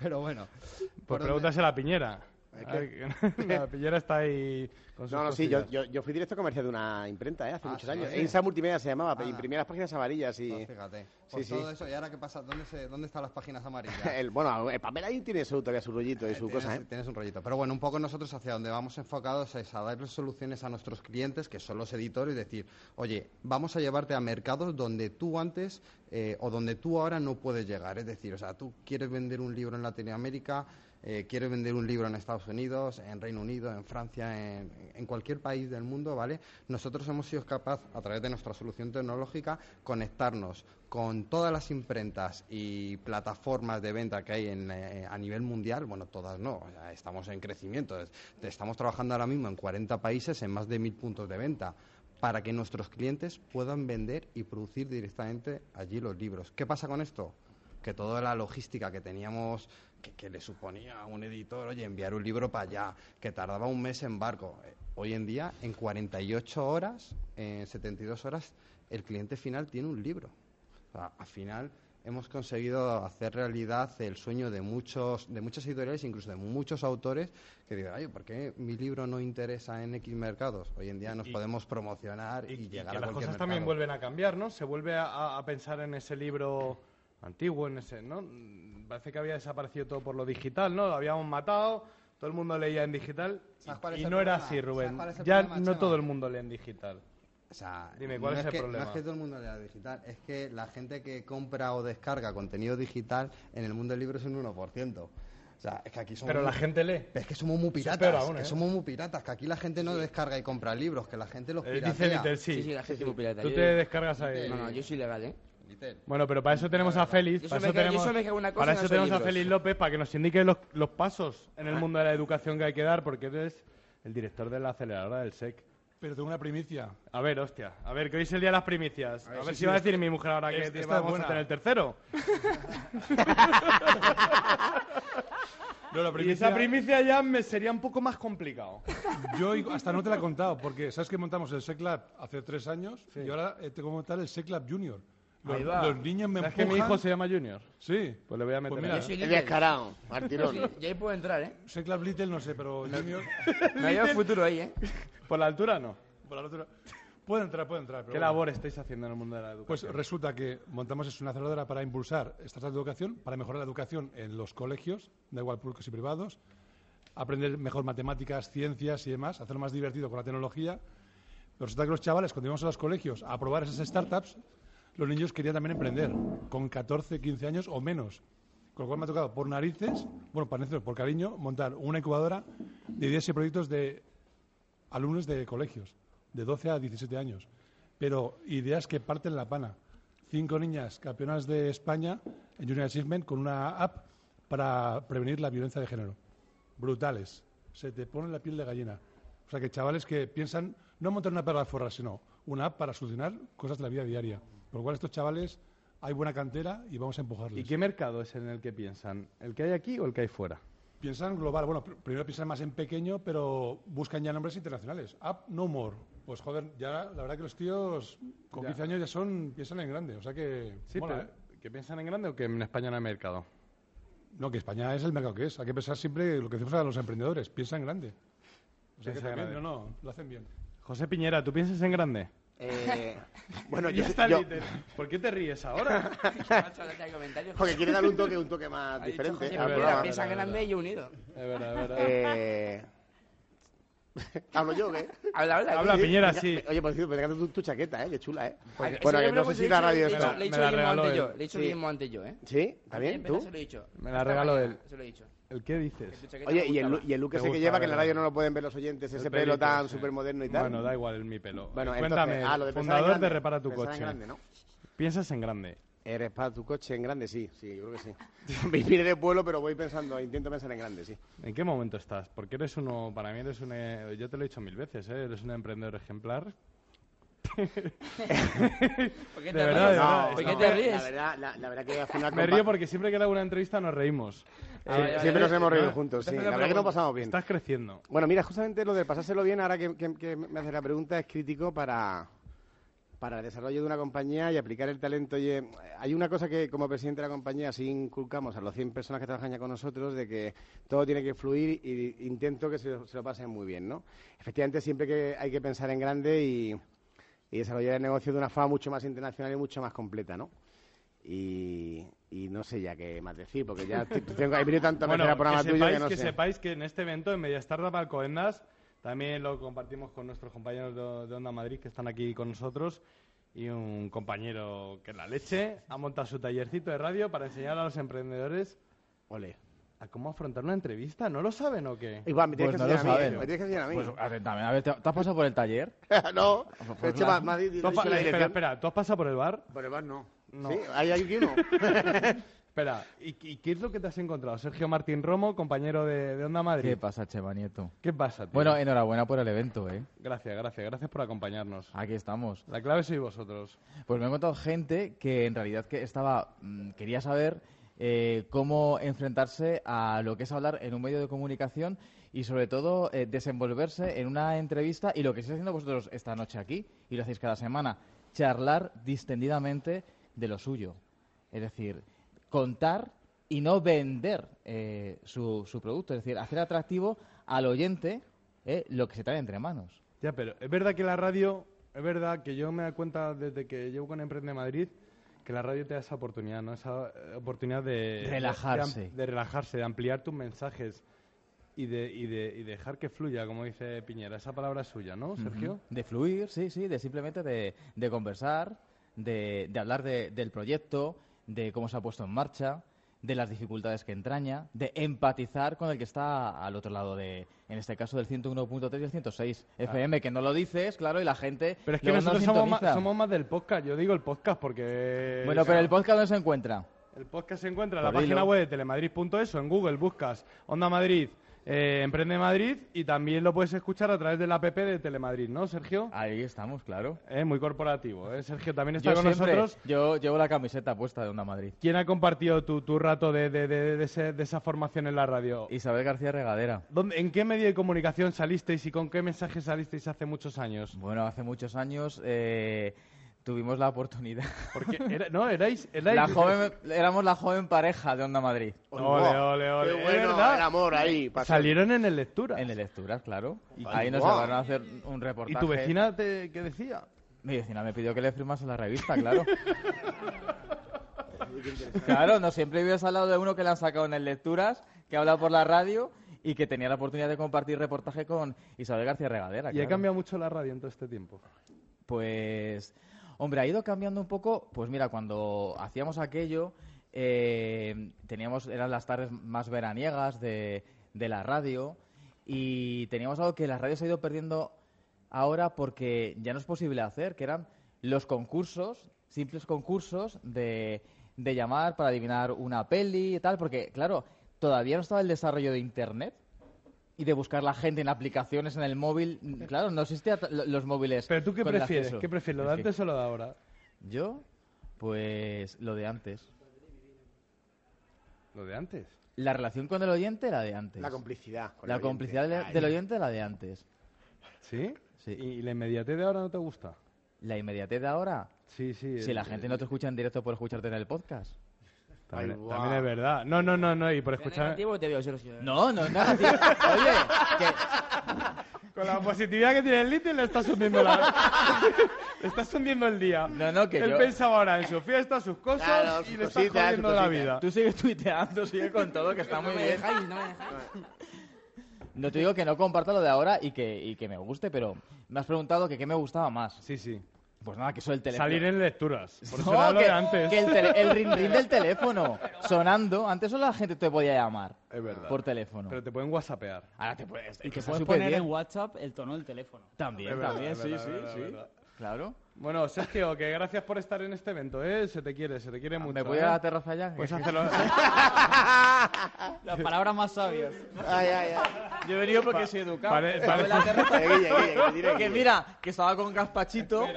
pero bueno. ¿por Pues dónde? pregúntasela a Piñera. ¿Eh, A ver, qué? La Piñera está ahí con sus No, no, sí, yo, cosillas. yo, yo fui directo comercial de una imprenta, ¿eh? Hace Ah, muchos sí, años. sí. Ensa Multimedia se llamaba, Ah. imprimía las páginas amarillas y... Pues fíjate. Por Sí, sí. todo eso, ¿y ahora qué pasa? ¿Dónde, se, dónde están las páginas amarillas? El, bueno, el papel ahí tiene su, todavía su rollito y su tienes, cosa, ¿eh? tienes un rollito. Pero bueno, un poco nosotros hacia donde vamos enfocados es a darles soluciones a nuestros clientes, que son los editores, y decir, oye, vamos a llevarte a mercados donde tú antes eh, o donde tú ahora no puedes llegar. Es decir, o sea, tú quieres vender un libro en Latinoamérica, eh, quieres vender un libro en Estados Unidos, en Reino Unido, en Francia, en, en cualquier país del mundo, ¿vale? Nosotros hemos sido capaces, a través de nuestra solución tecnológica, conectarnos con todas las imprentas y plataformas de venta que hay en, eh, a nivel mundial, bueno, todas no, o sea, estamos en crecimiento, es- estamos trabajando ahora mismo en 40 países en más de mil puntos de venta para que nuestros clientes puedan vender y producir directamente allí los libros. ¿Qué pasa con esto? que toda la logística que teníamos, que, que le suponía a un editor, oye, enviar un libro para allá, que tardaba un mes en barco. eh, Hoy en día, en 48 horas, en 72 horas, el cliente final tiene un libro. O sea, al final hemos conseguido hacer realidad el sueño de muchos, de muchas editoriales, incluso de muchos autores, que digan, oye, ¿por qué mi libro no interesa en X mercados? Hoy en día nos Y- podemos promocionar y, y que llegar a las cualquier cosas también mercado. vuelven a cambiar, ¿no? Se vuelve a, a pensar en ese libro antiguo, en ese, ¿no? Mm, Parece que había desaparecido todo por lo digital, ¿no? Lo habíamos matado, todo el mundo leía en digital y, ¿Sabes cuál es y el no era problema? así, Rubén. ¿Sabes cuál es el Ya problema, no Chema? todo el mundo lee en digital. O sea, Dime, ¿cuál no es el que, problema? No es que todo el mundo lea digital, es que la gente que compra o descarga contenido digital en el mundo del libro es un 1%. O sea, es que aquí somos Pero la muy- gente lee. Es que somos muy Eso es piratas, peor aún, que ¿eh? somos muy piratas, que aquí la gente no descarga y compra libros, que la gente los Eh, piratea. dice Little, sí. Sí, sí, la gente es muy pirata. Tú Yo- te descargas ahí. No, no, yo soy legal, ¿eh? Bueno, pero para eso tenemos a Félix. Yo Para solo eso me quedo- yo tenemos, solo me quedo una cosa, para no eso soy tenemos a libros. Félix López para que nos indique los, los pasos en el Ah. mundo de la educación que hay que dar, porque eres el director de la aceleradora del SEC. Pero tengo una primicia. A ver, hostia. A ver, que hoy es el día de las primicias. A ver, ver, sí, si sí, va a esta- decir mi mujer ahora que esta te- es vamos buena. a tener el tercero. No, la Y primicia, esa primicia ya me sería un poco más complicado. yo i- hasta no te la he contado, porque sabes que montamos el SECLAB hace tres años y ahora eh, tengo que montar el SECLAB Junior. Los, Ahí va. los niños me ¿Sabes empujan. que mi hijo se llama Junior? Sí. Pues le voy a meter mira, ahí. Yo soy El descarado, Martirón. Yo soy- Yo ahí puedo entrar, ¿eh? SECLAB Little no sé, pero Junior... Me veo futuro ahí, ¿eh? Por la altura no. Por la altura. Puede entrar, puede entrar. pero ¿Qué bueno. labor estáis haciendo en el mundo de la Pues educación? resulta que montamos es una aceleradora para impulsar esta de educación, para mejorar la educación en los colegios, da igual públicos y privados, aprender mejor matemáticas, ciencias y demás, hacerlo más divertido con la tecnología. Pero resulta que los chavales, cuando íbamos a los colegios a probar esas startups, los niños querían también emprender, con 14, 15 años o menos. Con lo cual me ha tocado por narices, bueno, por narices, por cariño, montar una incubadora de ideas y proyectos de alumnos de colegios, de 12 a 17 años. Pero ideas que parten la pana. Cinco niñas campeonas de España en Junior Achievement con una app para prevenir la violencia de género. Brutales. Se te pone la piel de gallina. O sea que chavales que piensan no montar una perra forra, sino una app para solucionar cosas de la vida diaria. Por lo cual estos chavales hay buena cantera y vamos a empujarles. ¿Y qué mercado es en el que piensan? ¿El que hay aquí o el que hay fuera? Piensan global, bueno, pr- primero piensan más en pequeño, pero buscan ya nombres internacionales. Up No More. Pues joder, ya la verdad que los tíos con Ya. 15 años ya son, piensan en grande, o sea que... Sí, mola, pero ¿eh? ¿que piensan en grande o que en España no hay mercado? No, que España es el mercado que es, hay que pensar siempre lo que decimos a los emprendedores, piensa en grande. O sea Piensa que en también, grande. no, no, lo hacen bien. José Piñera, ¿tú piensas en grande? Eh, bueno, ya yo- está el yo- ítem. ¿Por qué te ríes ahora? Porque quiere dar un toque, un toque más Ha dicho diferente. José al Manuel, programa. piensa grande y unido. Es verdad, es verdad. Eh, Hablo yo, ¿qué? Habla, habla. Habla, Piñera, Venga, sí. Pues pe- Oye, por cierto, me dejaste tu, tu chaqueta, ¿eh? Qué chula, ¿eh? Ay, bueno, eso que yo no creo sé que si le la he radio dicho- está. Le he dicho lo mismo antes yo, le he dicho lo Sí. mismo antes yo, ¿eh? ¿Sí? También, ¿También? pero ¿Tú? se lo he dicho. Me la regaló él. Se lo he dicho. ¿El qué dices? Oye, y el, lu- y el look Me ese que gusta, lleva, que en la ¿verdad? radio no lo pueden ver los oyentes, El ese pelo pelito, tan sí. súper moderno y tal. Bueno, da igual, el mi pelo. Bueno, Y cuéntame, entonces, ah, lo de pensar en fundador de grande. Repara tu Pensar en coche. grande, ¿no? Piensas en grande. Eres para tu coche en grande, sí, sí, yo creo que sí. Viviré de pueblo, pero voy pensando, intento pensar en grande, sí. ¿En qué momento estás? Porque eres uno, para mí eres un, eh, yo te lo he dicho mil veces, ¿eh? eres un emprendedor ejemplar. ¿Por de verdad, de verdad. No, estamos- no, La verdad, la, la verdad que al final... Me compa- río porque siempre que le hago una entrevista nos reímos. Ah, vale, siempre nos hemos reído juntos, sí. Te hace La verdad que nos pregunta. pasamos bien. Estás creciendo. Bueno, mira, justamente lo de pasárselo bien, ahora que, que- que me haces la pregunta, es crítico para, para el desarrollo de una compañía y aplicar el talento. Y, eh, hay una cosa que como presidente de la compañía sí inculcamos a los 100 personas que trabajan ya con nosotros, de que todo tiene que fluir y intento que se, lo- se lo pasen muy bien, ¿no? Efectivamente, siempre que hay que pensar en grande y, y desarrollar el negocio de una forma mucho más internacional y mucho más completa, ¿no? Y, y no sé ya qué más decir, porque ya te- tengo, he venido tantas Bueno, veces al programa que tuyo sepáis, que no que sé. sepáis que en este evento, en Media Startup Alcobendas, también lo compartimos con nuestros compañeros de, de Onda Madrid que están aquí con nosotros. Y un compañero que es la leche ha montado su tallercito de radio para enseñar a los emprendedores a cómo afrontar una entrevista. ¿No lo saben o qué? Igual, me tienes Pues no que lo enseñar a mí. saben. Me tienes que enseñar a mí. Pues, a ver, dame, a ver, ¿te, te has pasado por el taller? no, Pues de hecho, claro. me ha dicho Tú has la pa- espera, dirección. Espera, ¿tú has pasado por el bar? Por el bar no. No. Sí, hay aquí uno. Espera, ¿y, y qué es lo que te has encontrado? Sergio Martín Romo, compañero de, de Onda Madrid. ¿Qué pasa, Chema Nieto? ¿Qué pasa, tío? Bueno, enhorabuena por el evento, ¿eh? Gracias, gracias, gracias por acompañarnos. Aquí estamos. La clave sois vosotros. Pues me he encontrado gente que en realidad que estaba mm, quería saber eh, cómo enfrentarse a lo que es hablar en un medio de comunicación y sobre todo eh, desenvolverse en una entrevista y lo que estáis haciendo vosotros esta noche aquí y lo hacéis cada semana, charlar distendidamente de lo suyo. Es decir, contar y no vender eh, su, su producto. Es decir, hacer atractivo al oyente eh, lo que se trae entre manos. Ya, pero es verdad que la radio, es verdad que yo me doy cuenta desde que llevo con Emprende Madrid que la radio te da esa oportunidad, ¿no? Esa eh, oportunidad de... Relajarse. De, am- de relajarse, de ampliar tus mensajes y de, y de- y dejar que fluya, como dice Piñera. Esa palabra es suya, ¿no, Sergio? Ujú. De fluir, sí, sí, de simplemente de, de conversar, de, de hablar de- del proyecto, de cómo se ha puesto en marcha, de las dificultades que entraña, de empatizar con el que está al otro lado de, en este caso, del 101.3 y el 106 FM, que no lo dices, claro, y la gente... Pero es que nosotros somos más, somos más del podcast. Yo digo el podcast porque... Bueno, pero el podcast no se encuentra. El podcast se encuentra en la Por página hilo. web de telemadrid.es o en Google buscas Onda Madrid, eh, Emprende Madrid y también lo puedes escuchar a través de la app de Telemadrid, ¿no, Sergio? Ahí estamos, claro. muy corporativo, ¿eh? Sergio también está con siempre- nosotros. Yo llevo la camiseta puesta de Onda Madrid. ¿Quién ha compartido tu, tu rato de, de- de- de ese- de esa formación en la radio? Isabel García Regadera. ¿Dónde- ¿En qué medio de comunicación salisteis y con qué mensaje salisteis hace muchos años? Bueno, hace muchos años eh, tuvimos la oportunidad... Porque era- no, erais... erais- La joven, éramos la joven pareja de Onda Madrid. Ole, ole, ole. Qué Es bueno, verdad. el amor ahí, pasando. Salieron en el lectura. En el lectura, claro. Y- Ahí nos Guau. llevaron a hacer un ¿Y reportaje. tu vecina te- qué Ah, decía? Mi vecina me pidió que le firmase la revista, claro. claro, no siempre vives al lado de uno que le han sacado en el lecturas, que habla por la radio y que tenía la oportunidad de compartir reportaje con Isabel García Regadera. Y ha claro. cambiado mucho la radio en todo este tiempo. Pues, hombre, ha ido cambiando un poco. Pues mira, cuando hacíamos aquello, eh, teníamos, eran las tardes más veraniegas de, de la radio y teníamos algo que la radio se ha ido perdiendo ahora porque ya no es posible hacer, que eran los concursos, simples concursos de, de llamar para adivinar una peli y tal, porque claro, todavía no estaba el desarrollo de Internet y de buscar la gente en aplicaciones en el móvil. mm, Claro, no existían t- lo- los móviles. ¿Pero tú qué con el prefieres? acceso. ¿Qué prefieres, lo de En fin. antes o lo de ahora? Yo, pues lo de antes. ¿Lo de antes? La relación con el oyente, la de antes. La complicidad. con La el complicidad oyente. del- Ahí. del oyente, la de antes. ¿Sí? ¿Y la inmediatez de ahora no te gusta? ¿La inmediatez de ahora? Sí, sí. Si eh, la gente no te escucha en directo por escucharte en el podcast. También, también es verdad. No, no, no, no. Y por escuchar... negativo te veo, Sergio? No, no, nada, tío. Oye, que... Con la positividad que tiene el Little le estás hundiendo la... le estás hundiendo el día. No, no, que Él yo- pensaba ahora en su fiesta, sus cosas Claro, y sus le estás cositas, jodiendo sus la cositas. vida. Tú sigues tuiteando, sigue con todo, que está No muy me bien. dejáis, no me dejáis. No te digo que no comparta lo de ahora y que, y que me guste, pero me has preguntado que qué me gustaba más. Sí, sí. Pues nada, que soy el teléfono. Salir en lecturas. Por eso No, era lo que, de antes. que el, tele- el ring ring del teléfono sonando. Antes solo la gente te podía llamar. Es verdad. Por teléfono. Pero te pueden whatsappear. Ahora te puedes. Y que que está puedes súper poner bien. en WhatsApp el tono del teléfono. También, Es verdad, también, es sí, verdad, sí, es verdad, sí. es verdad. Claro. Bueno, Sergio, que gracias por estar en este evento, ¿eh? Se te quiere, se te quiere mucho. Ah, ¿Me voy ¿eh? a la terraza ya? Pues hazlo. Las palabras más sabias. Ay, ay, ay. Yo he venido porque soy educado. pare- Me voy a la pare- terraza. Guille, Guille, que tire, Que Guille. mira, que estaba con gazpachito.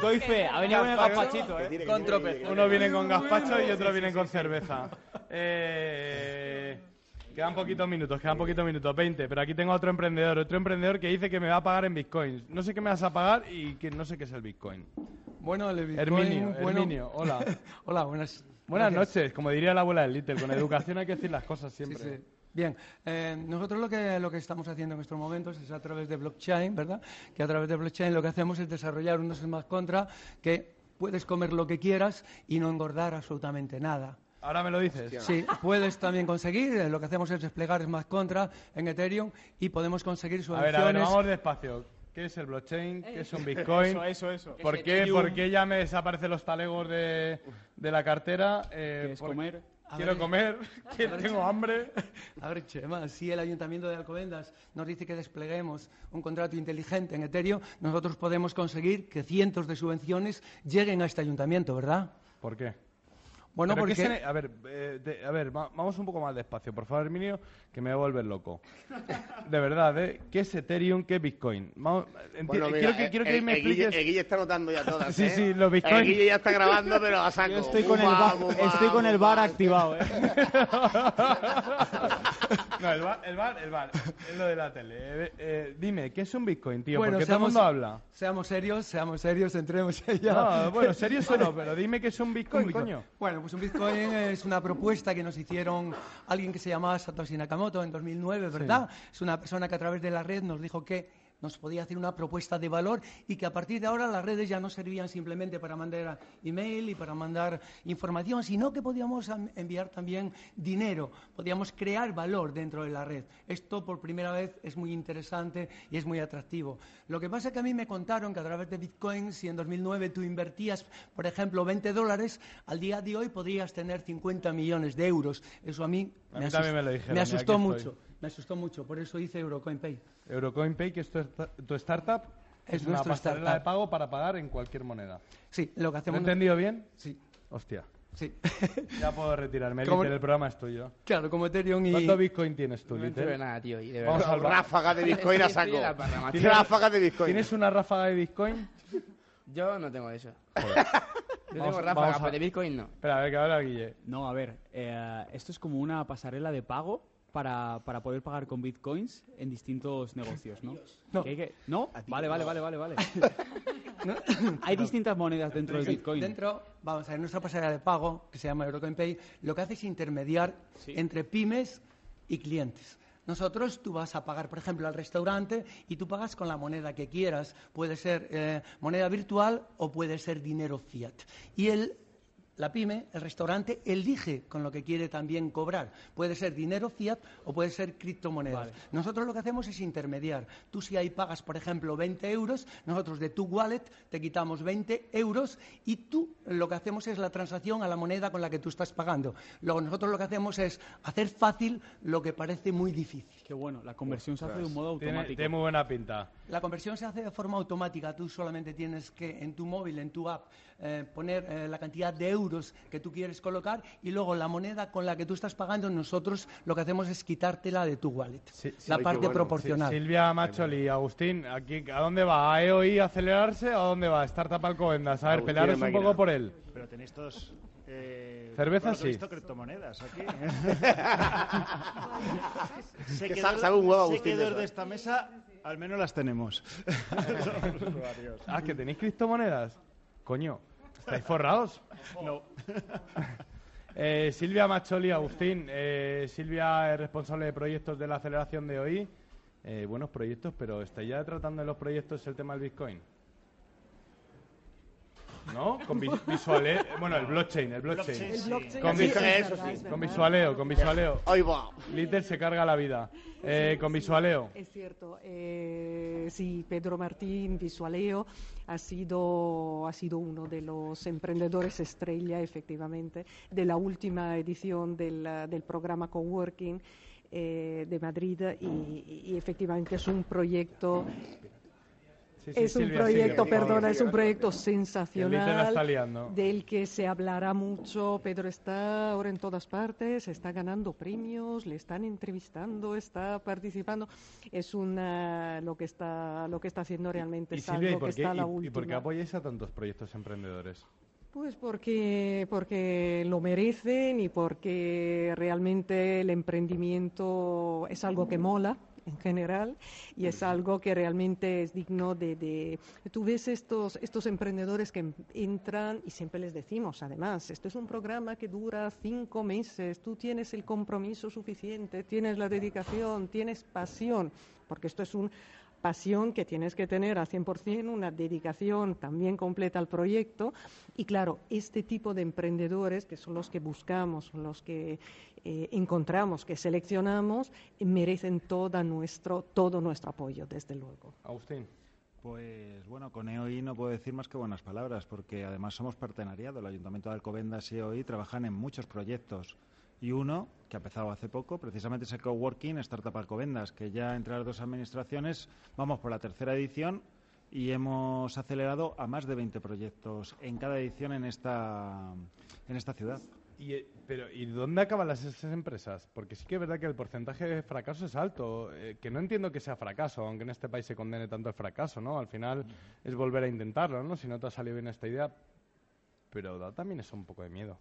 Doy Eh. fe, ha venido con el gazpachito, ¿eh? Con tropezón. Uno viene con gazpacho y otro viene con cerveza. Eh, quedan poquitos minutos, quedan poquitos minutos, 20. Pero aquí tengo otro emprendedor, otro emprendedor que dice que me va a pagar en bitcoins. No sé qué me vas a pagar y que no sé qué es el bitcoin. Bueno, el Bitcoin, Herminio, bueno- Herminio, hola. hola, buenas. Buenas gracias. noches, como diría la abuela del Little, con educación hay que decir las cosas siempre. Sí, sí. Bien, eh, nosotros lo que, lo que estamos haciendo en estos momentos es a través de blockchain, ¿verdad? Que a través de blockchain lo que hacemos es desarrollar unos smart contracts que puedes comer lo que quieras y no engordar absolutamente nada. Ahora me lo dices. Sí, puedes también conseguir, eh, lo que hacemos es desplegar smart contracts en Ethereum y podemos conseguir A ver, subvenciones. a ver, vamos despacio. ¿Qué es el blockchain? ¿Qué es un bitcoin? Eso, eso, eso. ¿Por ¿Qué es qué, Ethereum? ¿Por qué ya me desaparecen los talegos de, de la cartera? Eh, ¿Quieres por- comer? Quiero A ver. comer, que A ver, tengo Chema. hambre. A ver, Chema, si el Ayuntamiento de Alcobendas nos dice que despleguemos un contrato inteligente en Ethereum, nosotros podemos conseguir que cientos de subvenciones lleguen a este ayuntamiento, ¿verdad? ¿Por qué? Bueno, Pero que porque... se ne- A ver, eh, te- a ver va- vamos un poco más despacio, por favor, Herminio, que me voy a volver loco. De verdad, ¿eh? ¿Qué es Ethereum? ¿Qué es Bitcoin? Vamos, enti- Bueno, mira, quiero que, quiero el- que me eh, el Guille- expliques... el Guille está notando ya todas. Sí, ¿eh? sí, los bitcoins. El Guille ya está grabando, pero a saco. Yo estoy con, el Bumba, bar, bumba, estoy con el bar activado, ¿eh? No, el bar, el bar, el bar, es lo de la tele. Eh, eh, dime, ¿qué es un Bitcoin, tío? Bueno, Porque todo el seamos- mundo habla. Seamos serios, seamos serios, entremos ya. No, bueno, serio eso no, pero dime que es un Bitcoin, coño. Bueno, pues un Bitcoin es una propuesta que nos hicieron alguien que se llamaba Satoshi Nakamoto en 2009, ¿verdad? Es una persona que a través de la red nos dijo que nos podía hacer una propuesta de valor y que a partir de ahora las redes ya no servían simplemente para mandar email y para mandar información, sino que podíamos am- enviar también dinero, podíamos crear valor dentro de la red. Esto por primera vez es muy interesante y es muy atractivo. Lo que pasa es que a mí me contaron que a través de Bitcoin, si en 2009 tú invertías, por ejemplo, 20 dólares, al día de hoy podrías tener 50 millones de euros. Eso a mí, A mí también me lo dijeron, y aquí asustó estoy. mucho. Me asustó mucho, por eso hice Eurocoin Pay. Eurocoin Pay, que es tu, esta- tu startup, Pues Es una nuestro pasarela startup. de pago para pagar en cualquier moneda. Sí, lo que hacemos- ¿Lo he entendido bien? Sí. Hostia. Sí. Ya puedo retirarme. Como- Liter, el programa es tuyo. Claro, como Ethereum y... ¿Cuánto Bitcoin tienes tú, No Liter? entiendo nada, tío, y de Vamos verdad. al bar. Ráfaga de Bitcoin a saco. Estoy en la barra, macho. ¿Tienes- Ráfaga de Bitcoin. ¿Tienes una ráfaga de Bitcoin? Yo no tengo eso. Yo Vamos- tengo ráfaga, vamos a- pero de Bitcoin no. Espera, a ver, que habla Guille. No, a ver, eh, esto es como una pasarela de pago para, para poder pagar con bitcoins en distintos negocios, ¿no? No. Que hay que- ¿No? Vale, no. vale, vale, vale, vale. Hay distintas monedas dentro del Sí, bitcoin. Dentro, vamos a ver, nuestra pasarela de pago, que se llama Eurocoin Pay, lo que hace es intermediar entre pymes y clientes. Nosotros tú vas a pagar, por ejemplo, al restaurante y tú pagas con la moneda que quieras. Puede ser eh, moneda virtual o puede ser dinero fiat. Y el la pyme, el restaurante, elige con lo que quiere también cobrar. Puede ser dinero fiat o puede ser criptomonedas. Nosotros lo que hacemos es intermediar. Tú si ahí pagas, por ejemplo, 20 euros, nosotros de tu wallet te quitamos 20 euros y tú lo que hacemos es la transacción a la moneda con la que tú estás pagando. Luego nosotros lo que hacemos es hacer fácil lo que parece muy difícil. Qué bueno, la conversión se hace de un modo Pues, Tiene, automático. tiene muy buena pinta. La conversión se hace de forma automática. Tú solamente tienes que en tu móvil, en tu app, eh, poner eh, la cantidad de euros que tú quieres colocar y luego la moneda con la que tú estás pagando, nosotros lo que hacemos es quitártela de tu wallet. la parte proporcional. Sí, Silvia Machol y Agustín, aquí, ¿a dónde va? ¿A EOI a acelerarse o a dónde va? Startup Alcobendas. A ver, Agustín, pelearos un máquina. poco por él. Pero tenéis todos. Eh, Cerveza, por lo que he sí. visto, criptomonedas aquí. Que sa- sabe un huevo, sé Agustín, de que dos eso, de eh. esta mesa al menos las tenemos. ah, ¿que tenéis criptomonedas? Coño, ¿estáis forrados? No. Eh, Silvia Macholi, Agustín, eh, Silvia es responsable de proyectos de la aceleración de hoy. eh, buenos proyectos, pero ¿estáis ya tratando en los proyectos el tema del Bitcoin? ¿No? Con vi- visuale- Bueno, el blockchain, el blockchain. Blockchain, El sí. blockchain, Con, sí, visu- es verdad, es con verdad. visualeo, con visualeo. Ahí va. Liter se carga la vida. Eh, con visualeo. Es cierto, eh, sí, Pedro Martín Visualeo ha sido, ha sido uno de los emprendedores estrella, efectivamente, de la última edición del, eh, del programa Coworking eh, de Madrid y, y efectivamente es un proyecto. Sí, sí, Es un Silvia, proyecto, Silvia, por perdona, favor. es un proyecto El Liter la está sensacional liando. del que se hablará mucho. Pedro está ahora en todas partes, está ganando premios, le están entrevistando, está participando. Es una, lo que está lo que está haciendo realmente Y es Silvia, ¿y algo que por, qué, está a la y- y, última. por qué apoyáis a tantos proyectos emprendedores? Pues porque, porque lo merecen y porque realmente el emprendimiento es algo que mola en general y es algo que realmente es digno de... de- Tú ves estos, estos emprendedores que em- entran y siempre les decimos, además, esto es un programa que dura cinco meses, tú tienes el compromiso suficiente, tienes la dedicación, tienes pasión, porque esto es un pasión que tienes que tener al 100%, una dedicación también completa al proyecto. Y claro, este tipo de emprendedores, que son los que buscamos, son los que eh, encontramos, que seleccionamos, merecen toda nuestro, todo nuestro apoyo, desde luego. Agustín. Pues bueno, con EOI no puedo decir más que buenas palabras, porque además somos partenariado. El Ayuntamiento de Alcobendas y EOI trabajan en muchos proyectos. Y uno, que ha empezado hace poco, precisamente es el Coworking Startup Alcobendas, que ya entre las dos administraciones vamos por la tercera edición y hemos acelerado a más de 20 proyectos en cada edición en esta, en esta ciudad. Y, eh, pero, ¿Y dónde acaban las esas empresas? Porque sí que es verdad que el porcentaje de fracaso es alto, eh, que no entiendo que sea fracaso, aunque en este país se condene tanto el fracaso, ¿no? Al final es volver a intentarlo, ¿no? Si no te ha salido bien esta idea, pero da también eso un poco de miedo.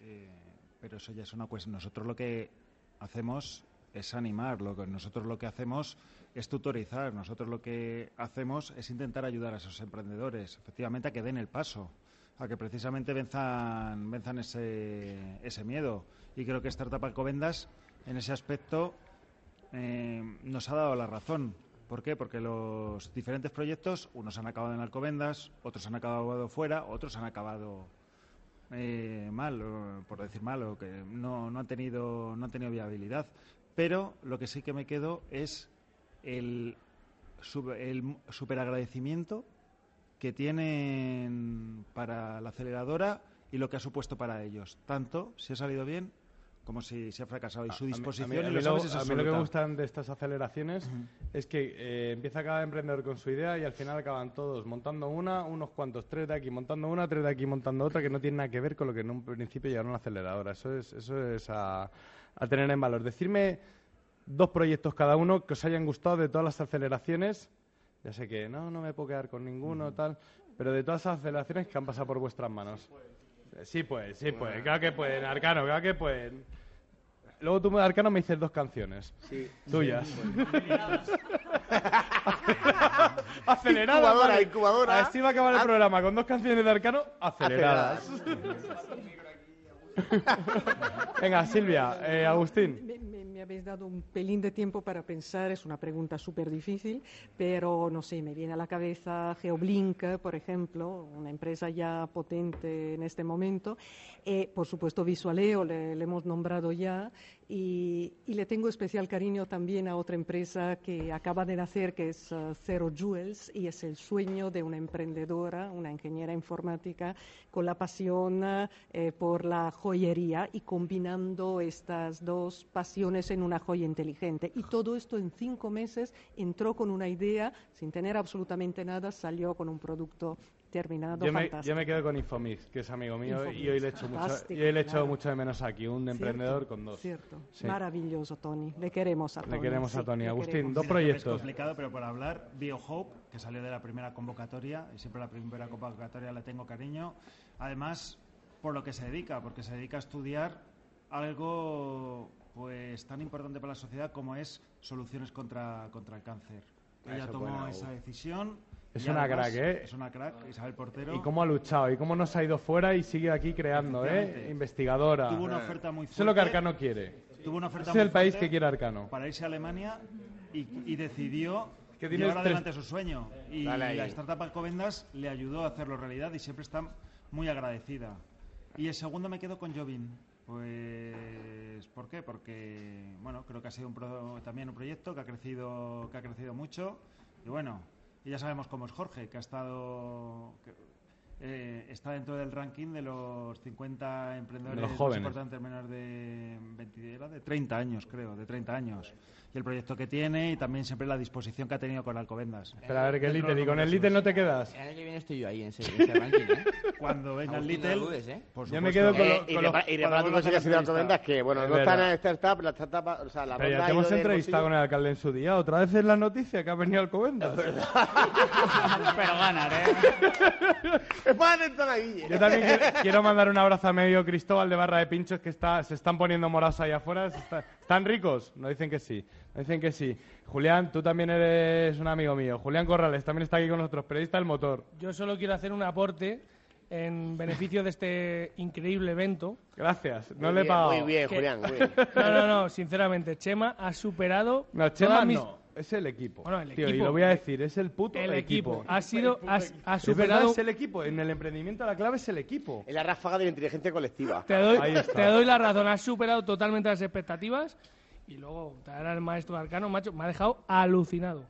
Eh, pero eso ya es una cuestión. Nosotros lo que hacemos es animar, lo que, nosotros lo que hacemos es tutorizar, nosotros lo que hacemos es intentar ayudar a esos emprendedores, efectivamente, a que den el paso, a que precisamente venzan, venzan ese, ese miedo. Y creo que Startup Alcobendas, en ese aspecto, eh, nos ha dado la razón. ¿Por qué? Porque los diferentes proyectos, unos han acabado en Alcobendas, otros han acabado fuera, otros han acabado eh, mal, o, por decir mal, o que no, no, han tenido, no han tenido viabilidad. Pero lo que sí que me quedo es el, sub- el superagradecimiento que tienen para la aceleradora y lo que ha supuesto para ellos, tanto si ha salido bien como si, si ha fracasado. Y su disposición A mí- a y mí lo sabes, es lo, a mí lo que me absoluta. gustan de estas aceleraciones es que eh, empieza cada emprendedor con su idea y al final acaban todos montando una, unos cuantos, tres de aquí montando una, tres de aquí montando otra, que no tiene nada que ver con lo que en un principio llegaron a la aceleradora. Eso es, eso es a, a tener en valor. Decirme dos proyectos cada uno que os hayan gustado de todas las aceleraciones. Ya sé que no, no me puedo quedar con ninguno, tal, pero de todas las aceleraciones que han pasado por vuestras manos. Eh, Sí, pues, sí, pues, claro que pueden, Arcano, claro que pueden. Luego tú, Arcano, me dices dos canciones. Sí. Tuyas. Sí, bueno. aceleradas. Incubadora, vale. incubadora. Ah. Así va a acabar el programa, con dos canciones de Arcano aceleradas. Venga, Silvia, eh, Agustín. Me, me- me habéis dado un pelín de tiempo para pensar, es una pregunta súper difícil, pero no sé, me viene a la cabeza Geoblink, por ejemplo, una empresa ya potente en este momento. Eh, por supuesto, Visualeo le, le hemos nombrado ya y, y le tengo especial cariño también a otra empresa que acaba de nacer, que es eh, Zero Jewels, y es el sueño de una emprendedora, una ingeniera informática con la pasión eh, por la joyería y combinando estas dos pasiones en una joya inteligente. Y todo esto en cinco meses entró con una idea, sin tener absolutamente nada, salió con un producto terminado. Yo me, fantástico. yo me quedo con Infomix, que es amigo mío, Infomix, y hoy le echo mucho, fantástico, y hoy le echo claro. mucho de menos aquí, un emprendedor con dos. Cierto. Sí. Maravilloso, Tony. Le queremos a Tony. Le queremos a sí, Tony. le Agustín, queremos. dos Es proyectos. complicado, pero por hablar, BioHope, que salió de la primera convocatoria, y siempre a la primera convocatoria le tengo cariño. Además, por lo que se dedica, porque se dedica a estudiar algo pues tan importante para la sociedad como es soluciones contra, contra el cáncer. Ah, Ella eso tomó buena, esa uh. decisión. Es y una además- crack, ¿eh? Es una crack, Isabel Portero. Y cómo ha luchado, y cómo nos ha ido fuera y sigue aquí creando, ¿eh? Efectivamente. Investigadora. Tuvo una oferta muy Eso es lo que fuerte. Arcano quiere. Tuvo una oferta Ese es el muy país fuerte que quiere Arcano. Para irse a Alemania y, y decidió que tienes llevar tres- adelante su sueño. Y Dale ahí. la startup Alcobendas le ayudó a hacerlo realidad y siempre está muy agradecida. Y el segundo me quedo con Jovin. Pues, ¿por qué? Porque, bueno, creo que ha sido un pro- también un proyecto que ha crecido, que ha crecido mucho. Y bueno, y ya sabemos cómo es Jorge, que ha estado, que, eh, está dentro del ranking de los 50 emprendedores De los más jóvenes. importantes menores de 20 era de 30 años, creo, de 30 años. Y el proyecto que tiene y también siempre la disposición que ha tenido con Alcobendas. Espera, a ver qué Dentro Little, de y los con el congresos. Little no te quedas. El año que viene estoy yo ahí en ese, en ese ranking, ¿eh? Cuando venga el Agustín, no Little, lo dudes, ¿eh? por Yo me quedo con supuesto. lo- Y con repa- los- y con las reparando cosas que ha sido entrevistas. Alcobendas, que bueno, Es no están verdad. en esta startup, la startup, o sea, la Pero ronda ya ha te hemos ido de entrevistado con el alcalde en su día. Otra vez es la noticia que ha venido al Covendas. Pero ganar, ¿eh? bolsillo. Más atento a la Guille. Yo también quiero, quiero mandar un abrazo a medio Cristóbal de Barra de Pinchos que está, se están poniendo moras ahí afuera. se está- ¿Están ricos? No dicen que sí. No dicen que sí. Julián, tú también eres un amigo mío. Julián Corrales también está aquí con nosotros, periodista del motor. Yo solo quiero hacer un aporte en beneficio de este increíble evento. Gracias. Muy No le he bien, pagado. muy bien, Que- Julián, muy bien. No, no, no, sinceramente, Chema ha superado. No, todas Chema mis- no. Es el equipo. Bueno, el Tío, y equipo. lo voy a decir, es el puto El equipo. equipo. Ha sido. Ha, ha Es verdad, superado. es el equipo. En el emprendimiento la clave es el equipo. Es la ráfaga de la inteligencia colectiva. Te doy, Ahí está. te doy la razón, has superado totalmente las expectativas. Y luego, te hará el maestro Arcano, macho, me ha dejado alucinado.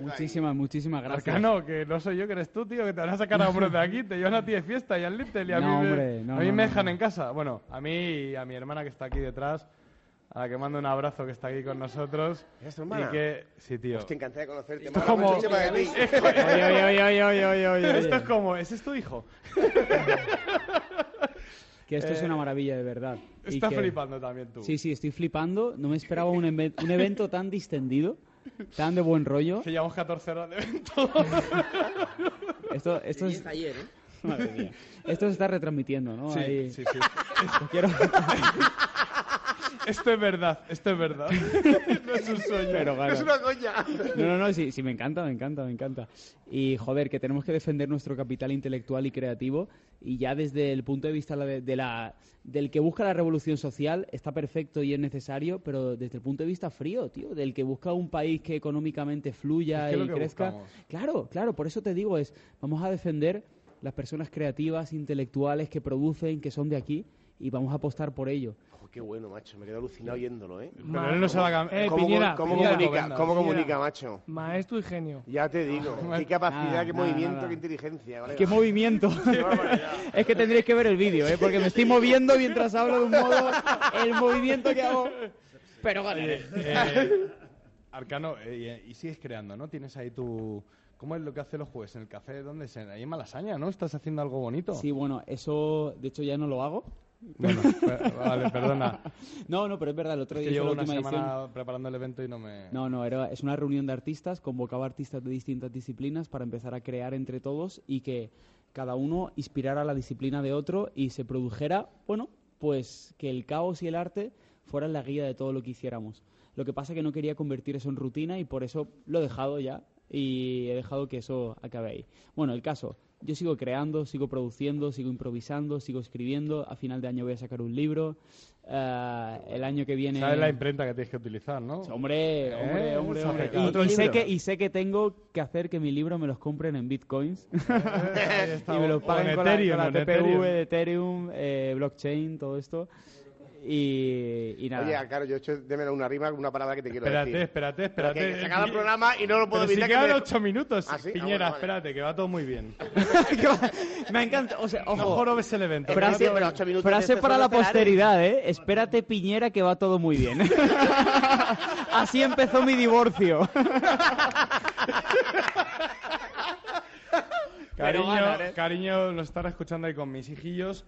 Muchísimas, muchísimas gracias. Arcano, que no soy yo, que eres tú, tío, que te van a sacar a hombros de aquí, te llevan a ti de fiesta y al Little y a No, mí, me- hombre, no, a mí no, me no, dejan en casa. Bueno, a mí y a mi hermana que está aquí detrás, a la que mando un abrazo que está aquí con nosotros. ¿Es tu hermana? Y que, sí, tío. Hostia, encantada de conocerte. Esto es Mala como... noche para ti. Oye, oye, oye, oye, oye, oye, oye. Esto es como, ese es tu hijo. Que esto es Eh, una maravilla, de verdad. Y estás que- flipando también tú. Sí, sí, estoy flipando. No me esperaba un, eve- un evento tan distendido, tan de buen rollo. Que llevamos 14 horas de evento. Esto, esto es... ayer, ¿eh? Madre mía. Esto se está retransmitiendo, ¿no? Sí, Ahí- sí, sí. Lo quiero- Esto es verdad, esto es verdad. no es un sueño. Pero, claro. Es una coña. No, no, no, sí, sí, me encanta, me encanta, me encanta. Y joder, que tenemos que defender nuestro capital intelectual y creativo. Y ya desde el punto de vista la de, de la, del que busca la revolución social, está perfecto y es necesario, pero desde el punto de vista frío, tío, del que busca un país que económicamente Es que fluya es y lo que crezca. buscamos. Claro, claro, por eso te digo, es vamos a defender las personas creativas, intelectuales que producen, que son de aquí, y vamos a apostar por ello. Ojo, Qué bueno, macho. Me quedo alucinado yéndolo, ¿eh? Pero él no se va a cam- Eh, ¿Cómo, Piñera, cómo Piñera, comunica, Piñera. cómo comunica, macho? Maestro y genio. Ya te digo. qué capacidad, nada, qué nada, movimiento, nada. qué inteligencia. colega. ¡Qué movimiento! es que tendréis que ver el vídeo, ¿eh? Porque me estoy moviendo mientras hablo de un modo... El movimiento que hago... Pero ganaré. Eh, Arcano, eh, y, y sigues creando, ¿no? Tienes ahí tu... ¿Cómo es lo que hace los jueves en el café? ¿Dónde es? Ahí en Malasaña, ¿no? Estás haciendo algo bonito. Sí, bueno, eso de hecho ya no lo hago. Bueno, per- vale, perdona. No, no, pero es verdad, el otro Es día que fue llevo una la última edición. semana preparando el evento y no me... No, no, era, es una reunión de artistas, convocaba artistas de distintas disciplinas para empezar a crear entre todos y que cada uno inspirara la disciplina de otro y se produjera, bueno, pues que el caos y el arte fueran la guía de todo lo que hiciéramos. Lo que pasa es que no quería convertir eso en rutina y por eso lo he dejado ya y he dejado que eso acabe ahí. Bueno, el caso, yo sigo creando, sigo produciendo, sigo improvisando, sigo escribiendo, a final de año voy a sacar un libro, eh, el año que viene... Sabes la imprenta que tienes que utilizar, ¿no? Hombre, hombre, Eh, hombre, se hombre. acerca. Y- Otro Y, sé libro. que, y sé que tengo que hacer que mi libro me los compren en bitcoins. Eh, está. y me los O paguen en con la- Ethereum, con en la, TPV Ethereum. de Ethereum, eh, blockchain, todo esto. Y, y nada. Oye, claro, yo he hecho démelo una rima, una palabra que te quiero Espérate, decir. espérate, Pero espérate. que se acaba el programa y no lo puedo Pero si evitar que quedan me- ocho minutos. ¿Ah, sí? Ah, Piñera, bueno, vale. espérate, que va todo muy bien. me encanta. O sea, ojo. No jorobes el evento. Frase, Espérate, ocho minutos frase de este para la solo, claro. posteridad, ¿eh? Espérate, Piñera, que va todo muy bien. Así empezó mi divorcio. Cariño, ganar, ¿eh? cariño, nos estará escuchando ahí con mis hijillos.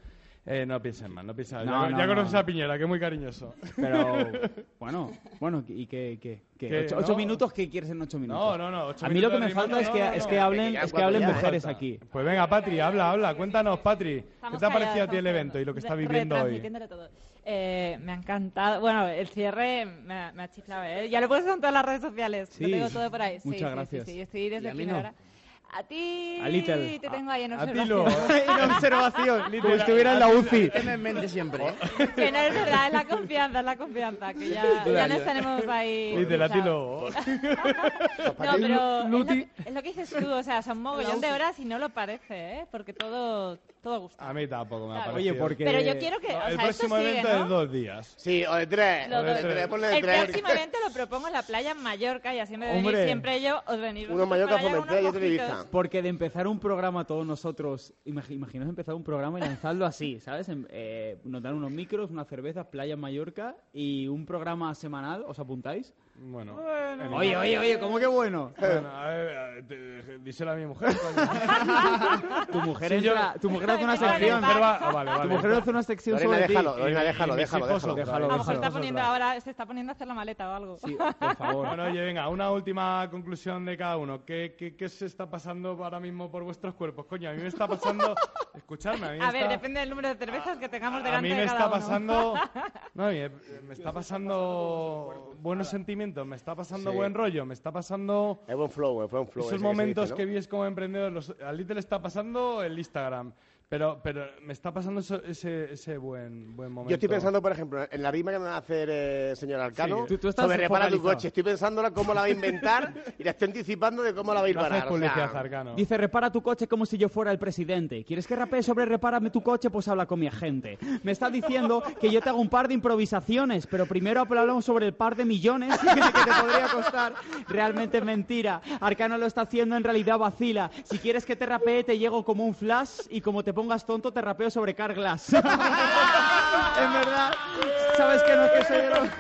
Eh, no piensen mal, no piensen mal. No, ya no, ya no. conoces a Piñera, que es muy cariñoso. Pero bueno, bueno, ¿y qué? qué, qué? Que ¿Ocho, ocho no. minutos? ¿Qué quieres en ocho minutos? no, no, ocho A mí lo que minutos me rimando, falta es no, que, no, es no. que hablen, Ya, es que cuando hablen ya, mujeres falta. aquí. Pues venga, Patri, habla, habla. Cuéntanos, Patri. ¿Qué Estamos te ha parecido a callados, ti el estamos evento y lo que estás Re- viviendo hoy? retransmitiéndolo todo. Eh, me ha encantado. Bueno, el cierre me ha, me ha chiflado. ¿eh? Ya lo he puesto en todas las redes sociales. Sí, Lo tengo todo por ahí. Sí, muchas sí, gracias. Sí, sí, Estoy Y a desde mí primera no. hora. A ti A Little. te tengo ahí en A- a ti observación. lo- en observación, Como literal. estuviera en la UCI. Tenme en mente siempre. ¿eh? Que no es verdad, es la confianza, es la confianza, que ya, Tú ya dale. nos tenemos ahí... Literal, a ti lo- No, pero es lo, que, es lo que dices tú, o sea, son mogollón de horas y no lo parece, ¿eh? Porque todo, todo gusta. A mí tampoco me ha Claro. parecido. Oye, porque- Pero yo quiero que- o el sea, esto próximo sigue, evento ¿no? es dos días. Sí, o de tres. Lo- O de lo- tres. ponle el tres. próximo evento lo propongo en la playa en Mallorca y así en vez de Hombre. venir siempre yo, os venís Uno en vosotros Mallorca, para allá, Formentera y unos otro en mojitos. Ibiza. Porque de empezar un programa todos nosotros, imag- imaginaos empezar un programa y lanzarlo así, ¿sabes? En- eh, nos dan unos micros, unas cervezas, playa en Mallorca y un programa semanal, ¿os apuntáis? Bueno. Oye, oye, oye, ¿cómo que bueno? Bueno, a ver, a ver, te- eh, díselo a mi mujer. Tu mujer, Sí, yo- entra- tu mujer hace una Ah, mi sección. mujer va- ah, vale, Tu vale. mujer hace una sección Lorena, sobre ti. déjalo, Lorena, déjalo, Y- y- y déjalo, mis hijos, déjalo. déjalo, A lo mejor déjalo. Está poniendo ahora, se está poniendo a hacer la maleta o algo. por favor. Bueno, oye, venga, una última conclusión de cada uno. ¿Qué, qué, qué se está pasando ahora mismo por vuestros cuerpos? Coño, a mí me está pasando... Escuchadme, a mí me A ver, está- depende del número de cervezas que tengamos a delante mí de me cada está uno. pasando... No, a mí me, me está pasando buenos sentimientos, me está pasando Sí. buen rollo, me está pasando... Es buen flow, es buen flow. Esos momentos que, vives como emprendedor, los, a Little está pasando el Instagram, pero, pero me está pasando eso- ese, ese buen, buen momento. Yo estoy pensando, por ejemplo, en la rima que me va a hacer el señor Alcano Sí, tú- tú estás sobre repara tu focalizado. coche. Estoy pensándola cómo la va a inventar y la estoy anticipando de cómo la va a ir No haces parar. o sea, publicidad, Dice, repara tu coche como si yo fuera el presidente. ¿Quieres que rapee sobre repárame tu coche? Pues habla con mi agente. Me está diciendo que yo te hago un par de improvisaciones, pero primero hablamos sobre el par de millones que te podría costar. Realmente es mentira. Arcano lo está haciendo, en realidad vacila. Si quieres que te rapee, te llego como un flash y como te pongas tonto, te rapeo sobre Carglass. es verdad. Sabes que no es que soy... el-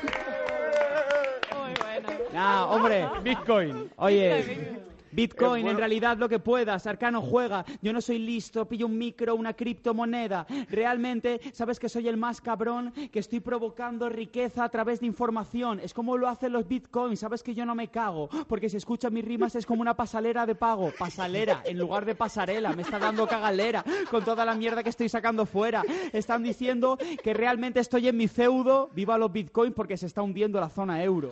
Nah, hombre. Bitcoin. Oye. Eh, Bitcoin, bueno. en realidad lo que puedas, Arcano juega, yo no soy listo, pillo un micro, una criptomoneda, realmente sabes que soy el más cabrón, que estoy provocando riqueza a través de información, es como lo hacen los Bitcoins, sabes que yo no me cago, porque si escuchas mis rimas es como una pasalera de pago, pasalera, en lugar de pasarela, me está dando cagalera con toda la mierda que estoy sacando fuera, están diciendo que realmente estoy en mi feudo, viva los Bitcoins porque se está hundiendo la zona euro.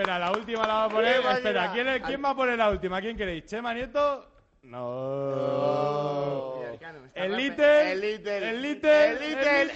Espera, la última la va a poner. Venga, Espera, venga. ¿quién, es- quién va a poner la última? ¿Quién queréis? ¿Chema Nieto? No. El Little. El Little. El Little. El Little. El Little. El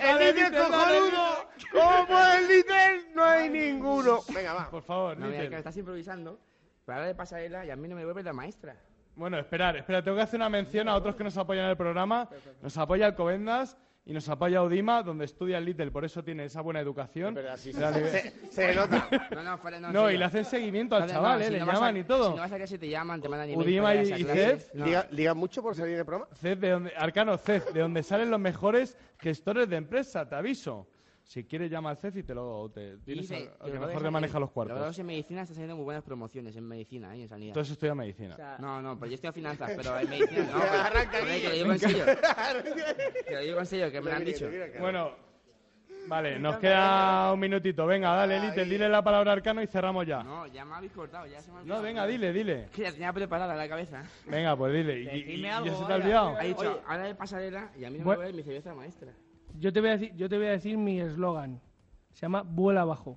Dale, Little dale, cojonudo. Como el Little no hay ninguno. Venga, va. Por favor, No, mira, que Little. estás improvisando. Para hablar de pasarela y a mí no me vuelve la maestra. Bueno, esperar, espera, tengo que hacer una mención a otros que nos apoyan en el programa. Nos apoya Alcobendas y nos apoya Odima, donde estudia el Little, por eso tiene esa buena educación. Dale. Se, se nota. No, no, fuera, no. No, en serio. y le hacen seguimiento al No, no, chaval, si ¿eh? no Le vas a- llaman y todo. Si no vas a clase te llaman, te mandan email. Udima para y, ir a y esa clase. Cef. No. ¿Ligan mucho por salir en el programa? Cef de donde, Arcano, Cef, de donde salen los mejores gestores de empresa, te aviso. Si quieres, llama al Cef y te lo. Te, Y tienes dice, al- al que los grados mejor te en- maneja los Los grados cuartos. en medicina están saliendo muy buenas promociones en medicina, ¿eh? en sanidad. Entonces estudia medicina. O sea, no, no, pero yo estoy a finanzas, pero en medicina. No, pero- Arranca, pero que lo digo en Guille. serio. Que lo digo en serio, que me lo han dicho. Bueno, Vale, nos queda un minutito. Venga, dale, Elite, dile la palabra a Arcano y cerramos ya. No, ya me habéis cortado, ya se me ha No, olvidado. venga, dile, dile. Que la tenía preparada en la cabeza. Venga, pues dile. Y, y- y- ya se te ha olvidado. Ha dicho, ahora de pasarela y a mí no me Bueno. vuelve mi cerveza maestra. Yo te voy a decir, yo te voy a decir mi eslogan. Se llama Vuela abajo.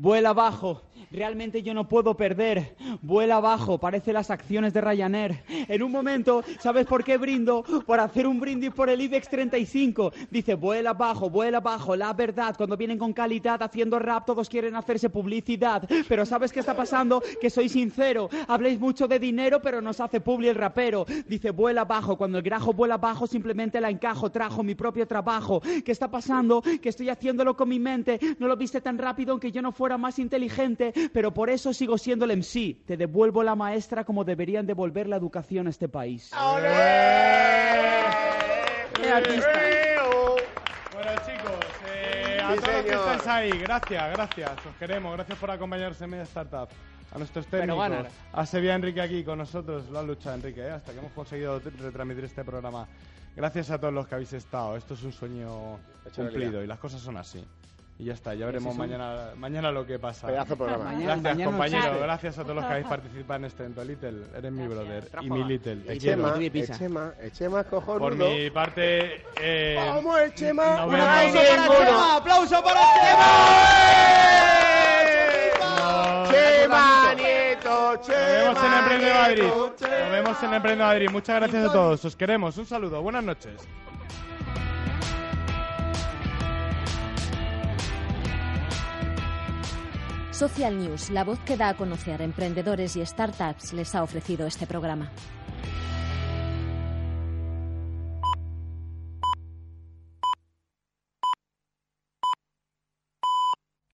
Vuela abajo, realmente yo no puedo perder. Vuela abajo, parece las acciones de Ryanair. En un momento, ¿sabes por qué brindo? Por hacer un brindis por el IBEX 35. Dice, vuela abajo, vuela abajo, la verdad. Cuando vienen con calidad haciendo rap, todos quieren hacerse publicidad. Pero ¿sabes qué está pasando? Que soy sincero. Habléis mucho de dinero, pero nos hace publi el rapero. Dice, vuela abajo, cuando el grajo vuela abajo, simplemente la encajo. Trajo mi propio trabajo. ¿Qué está pasando? Que estoy haciéndolo con mi mente. No lo viste tan rápido aunque yo no fuera más inteligente, pero por eso sigo siendo el MC. Te devuelvo la maestra como deberían devolver la educación a este país. Eh, ¡Qué artista! oh. Bueno, chicos, eh, a Sí, todos los que señor. estáis ahí, gracias, gracias. Os queremos, gracias por acompañarnos en Media Startup. A nuestros Pero eh. técnicos, ganar. a Sevilla Enrique aquí con nosotros, lo ha luchado Enrique, ¿eh? hasta que hemos conseguido t- retransmitir este programa. Gracias a todos los que habéis estado, esto es un sueño Hecho cumplido realidad. y las cosas son así. Y ya está, ya veremos es un- mañana, mañana lo que pasa. Pedazo de programa. Mañana- Gracias, mañana compañero, existe. gracias a todos los que habéis participado en este evento. Little, eres mi brother y mi Little, te quiero. Echema, Echema, Echema, cojonudo. Por mi parte, eh, Vamos, Echema. nos No hay vemos. ninguno. ¡Aplauso para Chema! ¡Eh! Chema Nieto, Chema Nos vemos en Emprende Madrid. Nieto, Nos vemos en Emprende Madrid. Muchas gracias a todos. Os queremos. Un saludo. Buenas noches. Social News, la voz que da a conocer emprendedores y startups, les ha ofrecido este programa.